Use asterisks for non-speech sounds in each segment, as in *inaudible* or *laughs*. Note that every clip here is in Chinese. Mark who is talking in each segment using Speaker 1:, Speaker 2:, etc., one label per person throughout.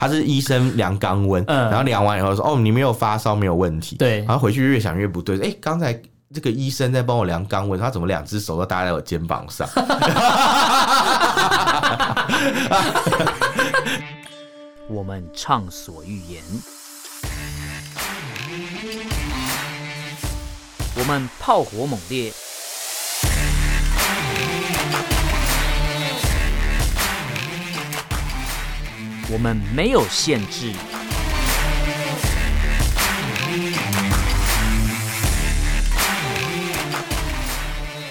Speaker 1: 他是医生量肛温，
Speaker 2: 嗯
Speaker 1: 然后量完以后说：“哦，你没有发烧，没有问题。”
Speaker 2: 对
Speaker 1: 然后回去越想越不对，哎，刚才这个医生在帮我量肛温，他怎么两只手都搭在我肩膀
Speaker 2: *laughs*
Speaker 1: 上？
Speaker 3: 我们畅所欲言；我们炮火猛烈；我们没有限制。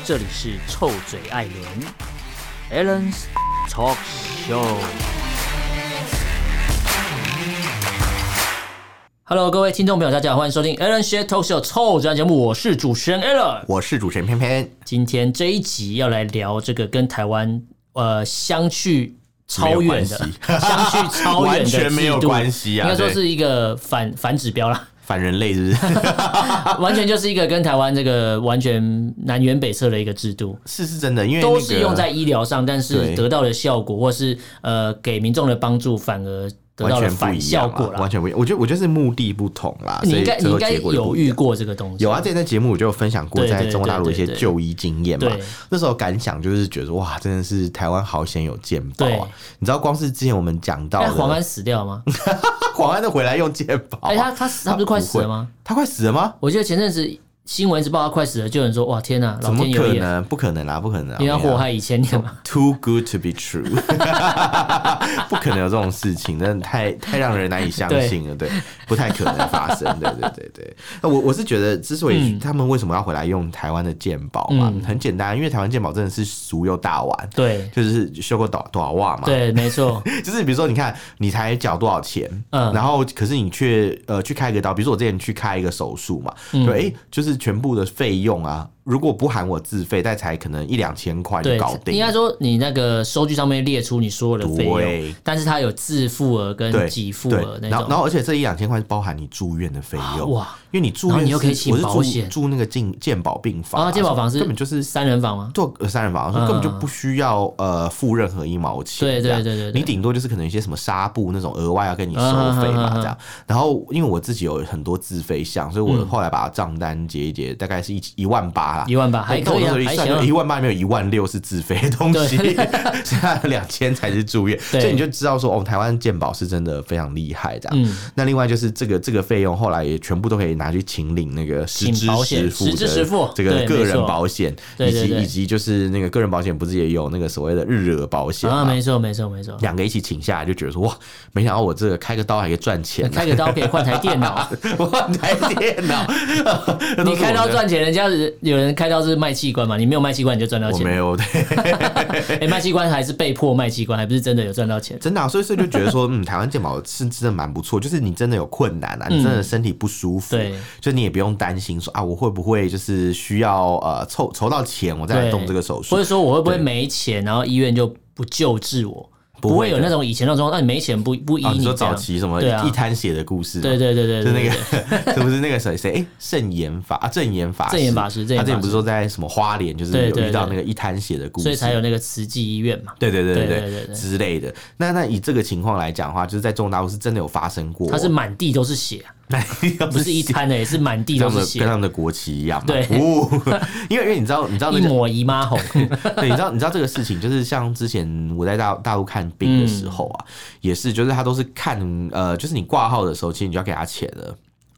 Speaker 3: 这里是臭嘴艾伦 a l l e n s Talk Show。
Speaker 2: Hello，各位听众朋友，大家好，欢迎收听 Alan s h a t Talk Show 臭专栏节目，我是主持人 Alan。
Speaker 1: 我是主持人偏偏，
Speaker 2: 今天这一集要来聊这个跟台湾呃相去超远的
Speaker 1: 没有，
Speaker 2: 相去超远的
Speaker 1: 完全没有
Speaker 2: 制度
Speaker 1: 关系啊
Speaker 2: 应该说
Speaker 1: 对
Speaker 2: 是一个反反指标啦， *laughs*
Speaker 1: 反人类是不 *laughs* 是？
Speaker 2: 完全就是一个跟台湾这个完全南辕北辙的一个制度。
Speaker 1: 是是真的，因为那
Speaker 2: 都
Speaker 1: 个
Speaker 2: 是用在医疗上，但是
Speaker 1: 对
Speaker 2: 得到的效果或是呃给民众的帮助反而得到
Speaker 1: 完全
Speaker 2: 了
Speaker 1: 不
Speaker 2: 反
Speaker 1: 一样
Speaker 2: 效
Speaker 1: 嘛
Speaker 2: 果，啦
Speaker 1: 完。全不一样。我觉得我觉得是目的不同啦，
Speaker 2: 你
Speaker 1: 所以
Speaker 2: 应该你
Speaker 1: 最
Speaker 2: 应
Speaker 1: 后
Speaker 2: 该
Speaker 1: 结果就
Speaker 2: 有
Speaker 1: 不一
Speaker 2: 遇
Speaker 1: 样。
Speaker 2: 过这个东西，
Speaker 1: 有啊，之前在节目我就有分享过
Speaker 2: 对对
Speaker 1: 在中国大陆一些
Speaker 2: 对对对
Speaker 1: 就医经验嘛
Speaker 2: 对，
Speaker 1: 那时候感想就是觉得哇，真的是台湾好险有健保啊
Speaker 2: 对！
Speaker 1: 你知道光是之前我们讲到啊
Speaker 2: 那
Speaker 1: 的
Speaker 2: 黄安死掉了
Speaker 1: *laughs*
Speaker 2: 吗？
Speaker 1: 黄安都回来用健保啊，
Speaker 2: 哎、他他死，他不是快死了吗？
Speaker 1: 他快死了吗？
Speaker 2: 我记得前阵子新闻一直报他快死了，就有人说哇天呐，老
Speaker 1: 怎么
Speaker 2: 天
Speaker 1: 可
Speaker 2: 有眼，
Speaker 1: 能？不啊可能啦，不可能啊！
Speaker 2: 你要
Speaker 1: 没有
Speaker 2: 祸害以前你嘛。
Speaker 1: Too good to be true，不可能有这种事情，真的太太让人难以相信了。对，不太可能发生。对对对对。那我我是觉得，之所以
Speaker 2: 嗯
Speaker 1: 他们为什么要回来用台湾的健保嘛，
Speaker 2: 嗯
Speaker 1: 很简单，因为台湾健保真的是俗有大碗，
Speaker 2: *laughs* 对
Speaker 1: 就是修过短短袜嘛。
Speaker 2: 对，没错，
Speaker 1: *laughs* 就是比如说，你看你才缴多少钱，
Speaker 2: 嗯
Speaker 1: 然后可是你却呃去开个刀，比如说我之前去开一个手术嘛，
Speaker 2: 嗯
Speaker 1: 对，哎、就是全部的费用啊，如果不含我自费，但才可能一两千块就
Speaker 2: 对
Speaker 1: 搞，定
Speaker 2: 应该
Speaker 1: 了。
Speaker 2: 说你那个收据上面列出你所有的费用
Speaker 1: 对，
Speaker 2: 但是他有自付额跟
Speaker 1: 对
Speaker 2: 给付
Speaker 1: 对
Speaker 2: 额，那
Speaker 1: 然后
Speaker 2: 种啊
Speaker 1: 然。后而且这一两千块是包含你住院的费用
Speaker 2: 哇，
Speaker 1: 因为你住
Speaker 2: 然后
Speaker 1: 院
Speaker 2: 你又
Speaker 1: 是
Speaker 2: 可以请
Speaker 1: 我是
Speaker 2: 保
Speaker 1: 住
Speaker 2: 险
Speaker 1: 住那个健健保病房
Speaker 2: 啊，健保房是
Speaker 1: 根本就是
Speaker 2: 三人房吗？
Speaker 1: 做呃三人房，所以根本就不需要呃付任何一毛钱。
Speaker 2: 对对
Speaker 1: 这样
Speaker 2: 对对对
Speaker 1: 你顶多就是可能一些什么纱布那种额外要跟你收费
Speaker 2: 嗯嗯嗯
Speaker 1: 嘛
Speaker 2: 嗯
Speaker 1: 这样。然后因为我自己有很多自费项，所以我
Speaker 2: 嗯
Speaker 1: 后来把账单结一结，大概是一一万八啦。
Speaker 2: 一万八还
Speaker 1: 那
Speaker 2: 可
Speaker 1: 我
Speaker 2: 以
Speaker 1: 哎那时
Speaker 2: 啊
Speaker 1: 候，一
Speaker 2: 还
Speaker 1: 算
Speaker 2: 行啊
Speaker 1: 就一万八里面有一万六是自费的东西， *laughs* 剩下两千才是住院，
Speaker 2: 对
Speaker 1: 所以你就知道说，哦，台湾健保是真的非常厉害这样。
Speaker 2: 嗯
Speaker 1: 那另外就是这个这个费用，后来也全部都可以拿去请领那个实支
Speaker 2: 请保险
Speaker 1: 实付
Speaker 2: 实支实付
Speaker 1: 的这个
Speaker 2: 对
Speaker 1: 个
Speaker 2: 没
Speaker 1: 人
Speaker 2: 错
Speaker 1: 保险，
Speaker 2: 对
Speaker 1: 以
Speaker 2: 对对
Speaker 1: 及以及就是那个个人保险不是也有那个所谓的日额保险
Speaker 2: 啊，
Speaker 1: 嘛？
Speaker 2: 没错没错
Speaker 1: *laughs*
Speaker 2: 没错，
Speaker 1: 两个一起请下来就觉得说哇，没想到我这个开个刀还可以赚 *laughs* 钱、
Speaker 2: 开个刀可以换台电脑，
Speaker 1: 我台电 *laughs* 脑， *laughs* 那都
Speaker 2: 你
Speaker 1: 是
Speaker 2: 开
Speaker 1: 我
Speaker 2: 刀
Speaker 1: 的
Speaker 2: 赚钱，人家是有人开刀是卖器官嘛，你没有卖器官你就赚到
Speaker 1: 我没
Speaker 2: 钱，
Speaker 1: 有对。
Speaker 2: 哎、卖器官还是被迫卖器官，还不是真的有赚到钱。
Speaker 1: 真的、啊，所以所以就觉得说，嗯，台湾健保是真的蛮不错，就是你真的有困难啊，你真的身体不舒服，
Speaker 2: 对
Speaker 1: 就你也不用担心说啊，我会不会就是需要呃凑筹到钱，我再来
Speaker 2: 对，
Speaker 1: 动这个手术
Speaker 2: 或者，说我会不会
Speaker 1: 对
Speaker 2: 没钱，然后医院就不救治我？
Speaker 1: 不
Speaker 2: 不会
Speaker 1: 会
Speaker 2: 有
Speaker 1: 的
Speaker 2: 那种以前那种状况，那你没钱不不医
Speaker 1: 啊，你说
Speaker 2: 这样
Speaker 1: 早。期什么
Speaker 2: 对啊
Speaker 1: 一滩血的故事，
Speaker 2: 对。对对对
Speaker 1: 就
Speaker 2: 对，
Speaker 1: 那
Speaker 2: 对
Speaker 1: 个 *laughs*
Speaker 2: 对
Speaker 1: 是不是那个谁谁哎圣严法啊正严法
Speaker 2: 正言法师正言
Speaker 1: 他之
Speaker 2: 法
Speaker 1: 前不是
Speaker 2: 师
Speaker 1: 说在什么花莲就是
Speaker 2: 对
Speaker 1: 有
Speaker 2: 对
Speaker 1: 遇到
Speaker 2: 对
Speaker 1: 那个一滩血的故事，
Speaker 2: 所以才有那个慈济医院嘛，
Speaker 1: 对对对
Speaker 2: 对对
Speaker 1: 对
Speaker 2: 对对
Speaker 1: 之类的。那那以这个情况来讲的话，就是在中国大陆是真的有发生过， *laughs*
Speaker 2: 它是满地都是血啊，不是一滩的，也是满地
Speaker 1: 跟
Speaker 2: 都
Speaker 1: 他们的
Speaker 2: 是血
Speaker 1: 跟，他们的国旗一样嘛。
Speaker 2: 对
Speaker 1: 哦， *laughs* 因为因为你知道，你知道那
Speaker 2: 一
Speaker 1: 个，
Speaker 2: 抹姨妈红。
Speaker 1: *laughs* 对，你知道你知道这个事情，就是像之前我在大大陆看病的时候啊，
Speaker 2: 嗯
Speaker 1: 也是，就是他都是看呃，就是你挂号的时候，其实你就要给他钱了。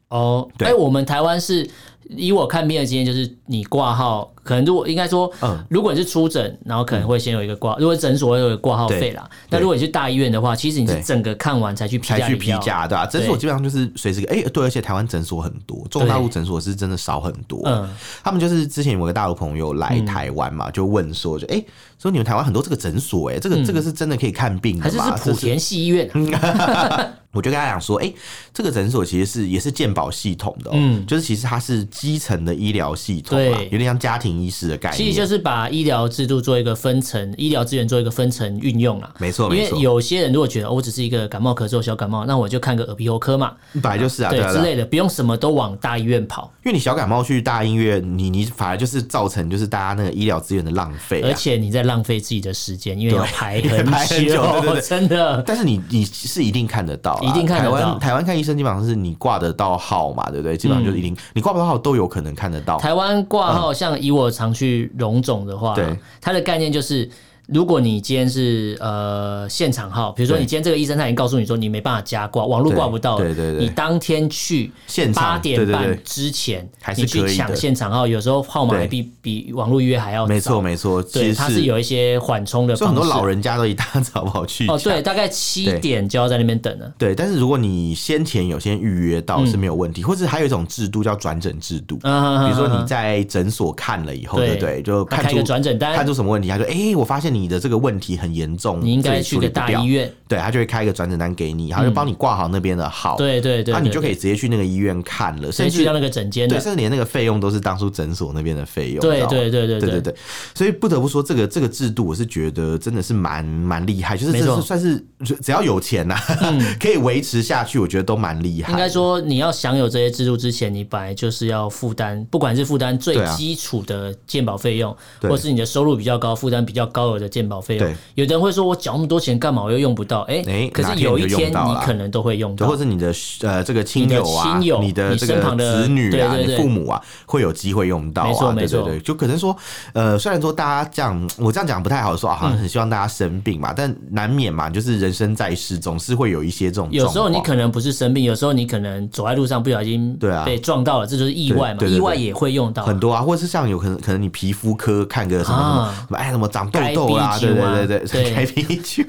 Speaker 2: 哦，
Speaker 1: 对
Speaker 2: 哎，我们台湾是以我看病的经验，就是你挂号，可能如果应该说，
Speaker 1: 嗯
Speaker 2: 如果你是出诊，然后可能会先有一个挂，如果诊所会有一个挂号费啦。那
Speaker 1: 对
Speaker 2: 如果你去大医院的话，其实你是
Speaker 1: 对
Speaker 2: 整个看完才去批
Speaker 1: 才
Speaker 2: 价
Speaker 1: 去
Speaker 2: 领
Speaker 1: 批
Speaker 2: 药，
Speaker 1: 价，对吧、诊所基本上就是随时给，哎、对，而且台湾诊所很多，中国大陆
Speaker 2: 对
Speaker 1: 诊所是真的少很多。
Speaker 2: 嗯，
Speaker 1: 他们就是之前有个大陆朋友来台湾嘛，就问说，就哎、说你们台湾很多这个诊所、哎，这个、这个是真的可以看病的
Speaker 2: 嗯还是
Speaker 1: 吗？
Speaker 2: 是
Speaker 1: 这
Speaker 2: 莆田系医院啊，
Speaker 1: 我就跟他讲说，哎、这个诊所其实是也是健保系统的、哦，
Speaker 2: 嗯
Speaker 1: 就是其实它是基层的医疗系统嘛，
Speaker 2: 对
Speaker 1: 有点像家庭医师的概念。
Speaker 2: 其实就是把医疗制度做一个分层，医疗资源做一个分层运用啦。
Speaker 1: 没错
Speaker 2: 因
Speaker 1: 没
Speaker 2: 为
Speaker 1: 错，
Speaker 2: 有些人如果觉得、哦我只是一个感冒、咳嗽、小感冒，那我就看个耳鼻喉科嘛，
Speaker 1: 本来就是啊，
Speaker 2: 对
Speaker 1: 对啊
Speaker 2: 之
Speaker 1: 对啊
Speaker 2: 类的，不用什么都往大医院跑。
Speaker 1: 因为你小感冒去大医院，你你反而就是造成就是大家那个医疗资源的浪费、
Speaker 2: 而
Speaker 1: 啊。
Speaker 2: 且你在浪费自己的时间，因为要排很
Speaker 1: *laughs* 排很久对对对
Speaker 2: *laughs* 真的。
Speaker 1: 但是你你是一定看得到啦，
Speaker 2: 一定看得到嗯
Speaker 1: 台湾台湾看医生基本上是你挂得到号嘛，对不对？基本上就是一定、你挂不到号都有可能看得到。
Speaker 2: 台湾挂号，像以我常去荣总的话
Speaker 1: 对，
Speaker 2: 它的概念就是，如果你今天是呃现场号，比如说
Speaker 1: 对
Speaker 2: 你今天这个医生他已经告诉你说你没办法加挂，网络
Speaker 1: 对
Speaker 2: 挂不到了，
Speaker 1: 对对对
Speaker 2: 你当天去
Speaker 1: 现场
Speaker 2: 八点
Speaker 1: 对对
Speaker 2: 半
Speaker 1: 对
Speaker 2: 之前
Speaker 1: 还，是
Speaker 2: 你
Speaker 1: 可
Speaker 2: 去
Speaker 1: 以的
Speaker 2: 抢现场号，有时候号码
Speaker 1: 对
Speaker 2: 还比比网络预约还要
Speaker 1: 没错
Speaker 2: 早，
Speaker 1: 没错，其
Speaker 2: 对，
Speaker 1: 实
Speaker 2: 它是有一些缓冲的
Speaker 1: 所以
Speaker 2: 方
Speaker 1: 很
Speaker 2: 式。
Speaker 1: 多老人家都一大早跑去
Speaker 2: 哦，
Speaker 1: 抢
Speaker 2: 对，大概七
Speaker 1: 对
Speaker 2: 点就要在那边等了。
Speaker 1: 对，但是如果你先前有先预约到
Speaker 2: 嗯
Speaker 1: 是没有问题，或者还有一种制度叫转诊制度。
Speaker 2: 嗯，
Speaker 1: 比如说
Speaker 2: 嗯嗯
Speaker 1: 你
Speaker 2: 嗯
Speaker 1: 在诊所看了以后，
Speaker 2: 对
Speaker 1: 对不对？就
Speaker 2: 他
Speaker 1: 看
Speaker 2: 开一
Speaker 1: 出
Speaker 2: 个转诊单
Speaker 1: 看出什么问题，他说：“哎，我发现你的这个问题很严重，
Speaker 2: 你应
Speaker 1: 这
Speaker 2: 该
Speaker 1: 里
Speaker 2: 去
Speaker 1: 处理
Speaker 2: 个
Speaker 1: 不
Speaker 2: 大
Speaker 1: 掉
Speaker 2: 医院，嗯
Speaker 1: 对，他就会开一个转诊单给你，然后就帮你挂好那边的号，
Speaker 2: 对对对，
Speaker 1: 哦那啊你就
Speaker 2: 对
Speaker 1: 可以直接去那个医院看了，
Speaker 2: 直接
Speaker 1: 甚
Speaker 2: 去
Speaker 1: 至
Speaker 2: 到那个诊间
Speaker 1: 对，
Speaker 2: 的。
Speaker 1: 甚至连那个费用都是当初诊所那边的费用，你
Speaker 2: 对
Speaker 1: 知道吗
Speaker 2: 对对
Speaker 1: 对
Speaker 2: 对
Speaker 1: 对
Speaker 2: 对
Speaker 1: 对，所以不得不说，这个这个制度，我是觉得真的是蛮蛮厉害，就是
Speaker 2: 没
Speaker 1: 这
Speaker 2: 错嗯
Speaker 1: 是算是只要有钱呐、啊 *laughs* 可以维持下去，我觉得都蛮厉害。
Speaker 2: 应该，说，你要享有这些制度之前，你本来就是要负担，不管是负担最
Speaker 1: 对啊
Speaker 2: 基础的健保费用，
Speaker 1: 对
Speaker 2: 或是你的收入比较高，负担比较高额的健保费用
Speaker 1: 对。
Speaker 2: 有的人会说，我缴那么多钱干嘛？我又用不到。哎、
Speaker 1: 哎
Speaker 2: 可
Speaker 1: 哪
Speaker 2: 是
Speaker 1: 天
Speaker 2: 有一
Speaker 1: 你就
Speaker 2: 天
Speaker 1: 用到
Speaker 2: 你
Speaker 1: 啦
Speaker 2: 可能都会用
Speaker 1: 对
Speaker 2: 到，
Speaker 1: 或者你的呃这个亲
Speaker 2: 你的
Speaker 1: 友啊，
Speaker 2: 亲友
Speaker 1: 你的
Speaker 2: 你
Speaker 1: 这
Speaker 2: 身
Speaker 1: 个
Speaker 2: 旁的
Speaker 1: 子女啊，
Speaker 2: 对对对
Speaker 1: 你父母啊，会有机会用到
Speaker 2: 没
Speaker 1: 啊，
Speaker 2: 错
Speaker 1: 对
Speaker 2: 没
Speaker 1: 对
Speaker 2: 错
Speaker 1: 对，就可能说呃，虽然说大家这样，我这样讲不太好说啊，
Speaker 2: 嗯
Speaker 1: 好像很希望大家生病嘛，但难免嘛，就是人生在世，总是会有一些这种
Speaker 2: 有时候
Speaker 1: 状
Speaker 2: 你
Speaker 1: 况
Speaker 2: 可能不是生病，有时候你可能走在路上不小心
Speaker 1: 对啊
Speaker 2: 被撞到了，这就是意外嘛。
Speaker 1: 对对对
Speaker 2: 意外也会用到啊，
Speaker 1: 很多啊，或者是像有可能可能你皮肤科看个什么什么
Speaker 2: 啊
Speaker 1: 什么，哎，什么长痘痘啦，
Speaker 2: 该
Speaker 1: 对
Speaker 2: 啤酒啊
Speaker 1: 对对对，
Speaker 2: 对
Speaker 1: 开啤酒，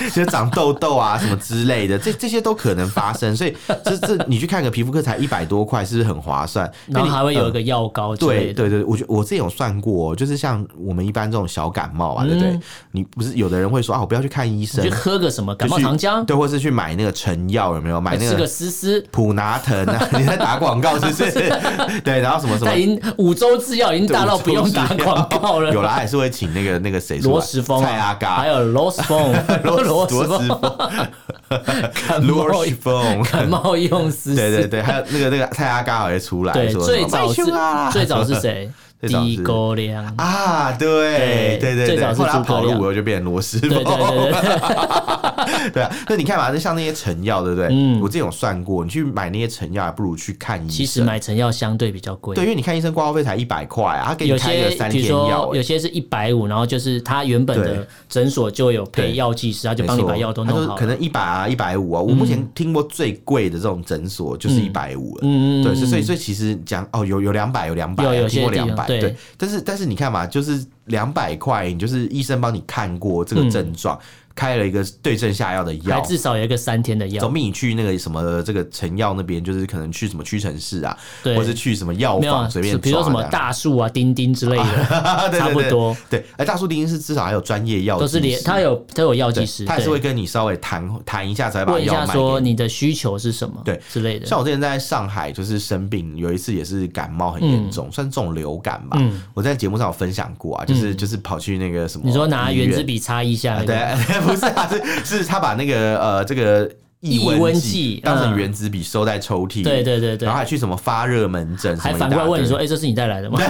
Speaker 1: *laughs* 就是长痘痘啊什么之类的，这这些都可能发生，所以这这你去看个皮肤科才一百多块，是不是很划算？那
Speaker 2: 然后
Speaker 1: 你
Speaker 2: 还会有一
Speaker 1: 呃
Speaker 2: 个药膏之
Speaker 1: 对
Speaker 2: 类的。
Speaker 1: 对对，我觉我自己有算过哦，就是像我们一般这种小感冒啊，对不对？你不是有的人会说啊，我不要去看医
Speaker 2: 嗯你
Speaker 1: 生
Speaker 2: 去，喝个什么感
Speaker 1: 就
Speaker 2: 冒
Speaker 1: 去
Speaker 2: 糖浆，
Speaker 1: 对，或是去买那个成药，有没有买那
Speaker 2: 吃个
Speaker 1: 个
Speaker 2: 丝丝，
Speaker 1: 普拿疼
Speaker 2: *laughs*
Speaker 1: 啊？你在打广告是不是？对，然后什么什么
Speaker 2: 他已经五洲制药已经大到不用打广告了。
Speaker 1: 有啦，还是会请那个那个谁出来，
Speaker 2: 罗时峰
Speaker 1: 蔡阿
Speaker 2: 啊，
Speaker 1: 嘎，，
Speaker 2: 还有罗时峰
Speaker 1: *laughs* 罗
Speaker 2: 罗
Speaker 1: 罗
Speaker 2: 时
Speaker 1: 时
Speaker 2: 峰感
Speaker 1: 峰，
Speaker 2: 冒
Speaker 1: 罗时峰，
Speaker 2: 感冒用丝
Speaker 1: 对对
Speaker 2: 丝。
Speaker 1: 对，还有那个那个蔡阿嘎好像出来
Speaker 2: 对，
Speaker 1: 说
Speaker 2: 最早是
Speaker 1: 什么麦
Speaker 2: 最早
Speaker 1: 胸啊
Speaker 2: 是谁？
Speaker 1: *laughs* 最早是
Speaker 2: 低沟梁。
Speaker 1: 啊，对对
Speaker 2: 对
Speaker 1: 对
Speaker 2: 最
Speaker 1: 对，
Speaker 2: 早是
Speaker 1: 后来他
Speaker 2: 诸葛
Speaker 1: 跑路
Speaker 2: 亮
Speaker 1: 我就变成罗时
Speaker 2: 对对对
Speaker 1: 峰，
Speaker 2: 对
Speaker 1: *laughs*
Speaker 2: 对，
Speaker 1: 对啊，那你看嘛，那像那些成药，对不对？
Speaker 2: 嗯
Speaker 1: 我之前有算过，你去买那些成药，还不如去看医生。
Speaker 2: 其实买成药相对比较贵
Speaker 1: 对，。因为你看医生挂号费才一百块啊，他给
Speaker 2: 有
Speaker 1: 你开个
Speaker 2: 些
Speaker 1: 三
Speaker 2: 比
Speaker 1: 天
Speaker 2: 如
Speaker 1: 药
Speaker 2: 说，
Speaker 1: 欸
Speaker 2: 有些是一百五，然后就是他原本
Speaker 1: 对
Speaker 2: 的诊所就有
Speaker 1: 对
Speaker 2: 配药剂师，他就
Speaker 1: 没
Speaker 2: 帮你
Speaker 1: 错
Speaker 2: 把药都
Speaker 1: 它就
Speaker 2: 弄
Speaker 1: 是
Speaker 2: 好
Speaker 1: 可
Speaker 2: 了。
Speaker 1: 能一百啊、一百五啊。我目前听过最贵的这种诊所就是一
Speaker 2: 嗯
Speaker 1: 百五了。
Speaker 2: 嗯
Speaker 1: 对，所以所以其实讲哦，有有两百，有两百，啊
Speaker 2: 有有
Speaker 1: 听过
Speaker 2: 些地
Speaker 1: 两
Speaker 2: 方
Speaker 1: 百，
Speaker 2: 对
Speaker 1: 对。但是但是你看嘛，就是两百块，你就是医生帮你看过这个症状，开了一个对症下药的
Speaker 2: 嗯还
Speaker 1: 药。
Speaker 2: 至少有一个三天的药
Speaker 1: 总。比你去那个什么这个成药那边，就是可能去什么屈臣氏啊，
Speaker 2: 对
Speaker 1: 或是去什么药
Speaker 2: 没有啊，
Speaker 1: 房随便抓的啊，
Speaker 2: 比如说什么大树啊、丁丁之类的，
Speaker 1: *laughs* 对，对
Speaker 2: 差不。多
Speaker 1: 对对，哎，大树丁是至少还有专业药剂
Speaker 2: 都
Speaker 1: 师，
Speaker 2: 是连他有他有药
Speaker 1: 对
Speaker 2: 剂师，
Speaker 1: 他也是
Speaker 2: 对
Speaker 1: 会跟你稍微谈谈一下，才会把
Speaker 2: 问一
Speaker 1: 药卖
Speaker 2: 下
Speaker 1: 给
Speaker 2: 说你的需求是什么，
Speaker 1: 对
Speaker 2: 之类的。
Speaker 1: 像我之前在上海就是生病，有一次也是感冒很严重，算重流感吧。
Speaker 2: 嗯
Speaker 1: 我在节目上有分享过啊，就是、就是跑去那个什么，
Speaker 2: 你说拿
Speaker 1: 医院
Speaker 2: 圆珠。笔擦一下
Speaker 1: 啊
Speaker 2: 那
Speaker 1: 对
Speaker 2: 个，
Speaker 1: 啊， *laughs* 不是啊，是是他把那个呃这个
Speaker 2: 抑
Speaker 1: 温
Speaker 2: 温
Speaker 1: 计
Speaker 2: 计
Speaker 1: 当成
Speaker 2: 嗯
Speaker 1: 原子笔收在抽屉里，
Speaker 2: 对对对对
Speaker 1: 然后还去什么发热门诊，
Speaker 2: 还反过来问你说：“
Speaker 1: 哎，
Speaker 2: 哎，这是你带来的吗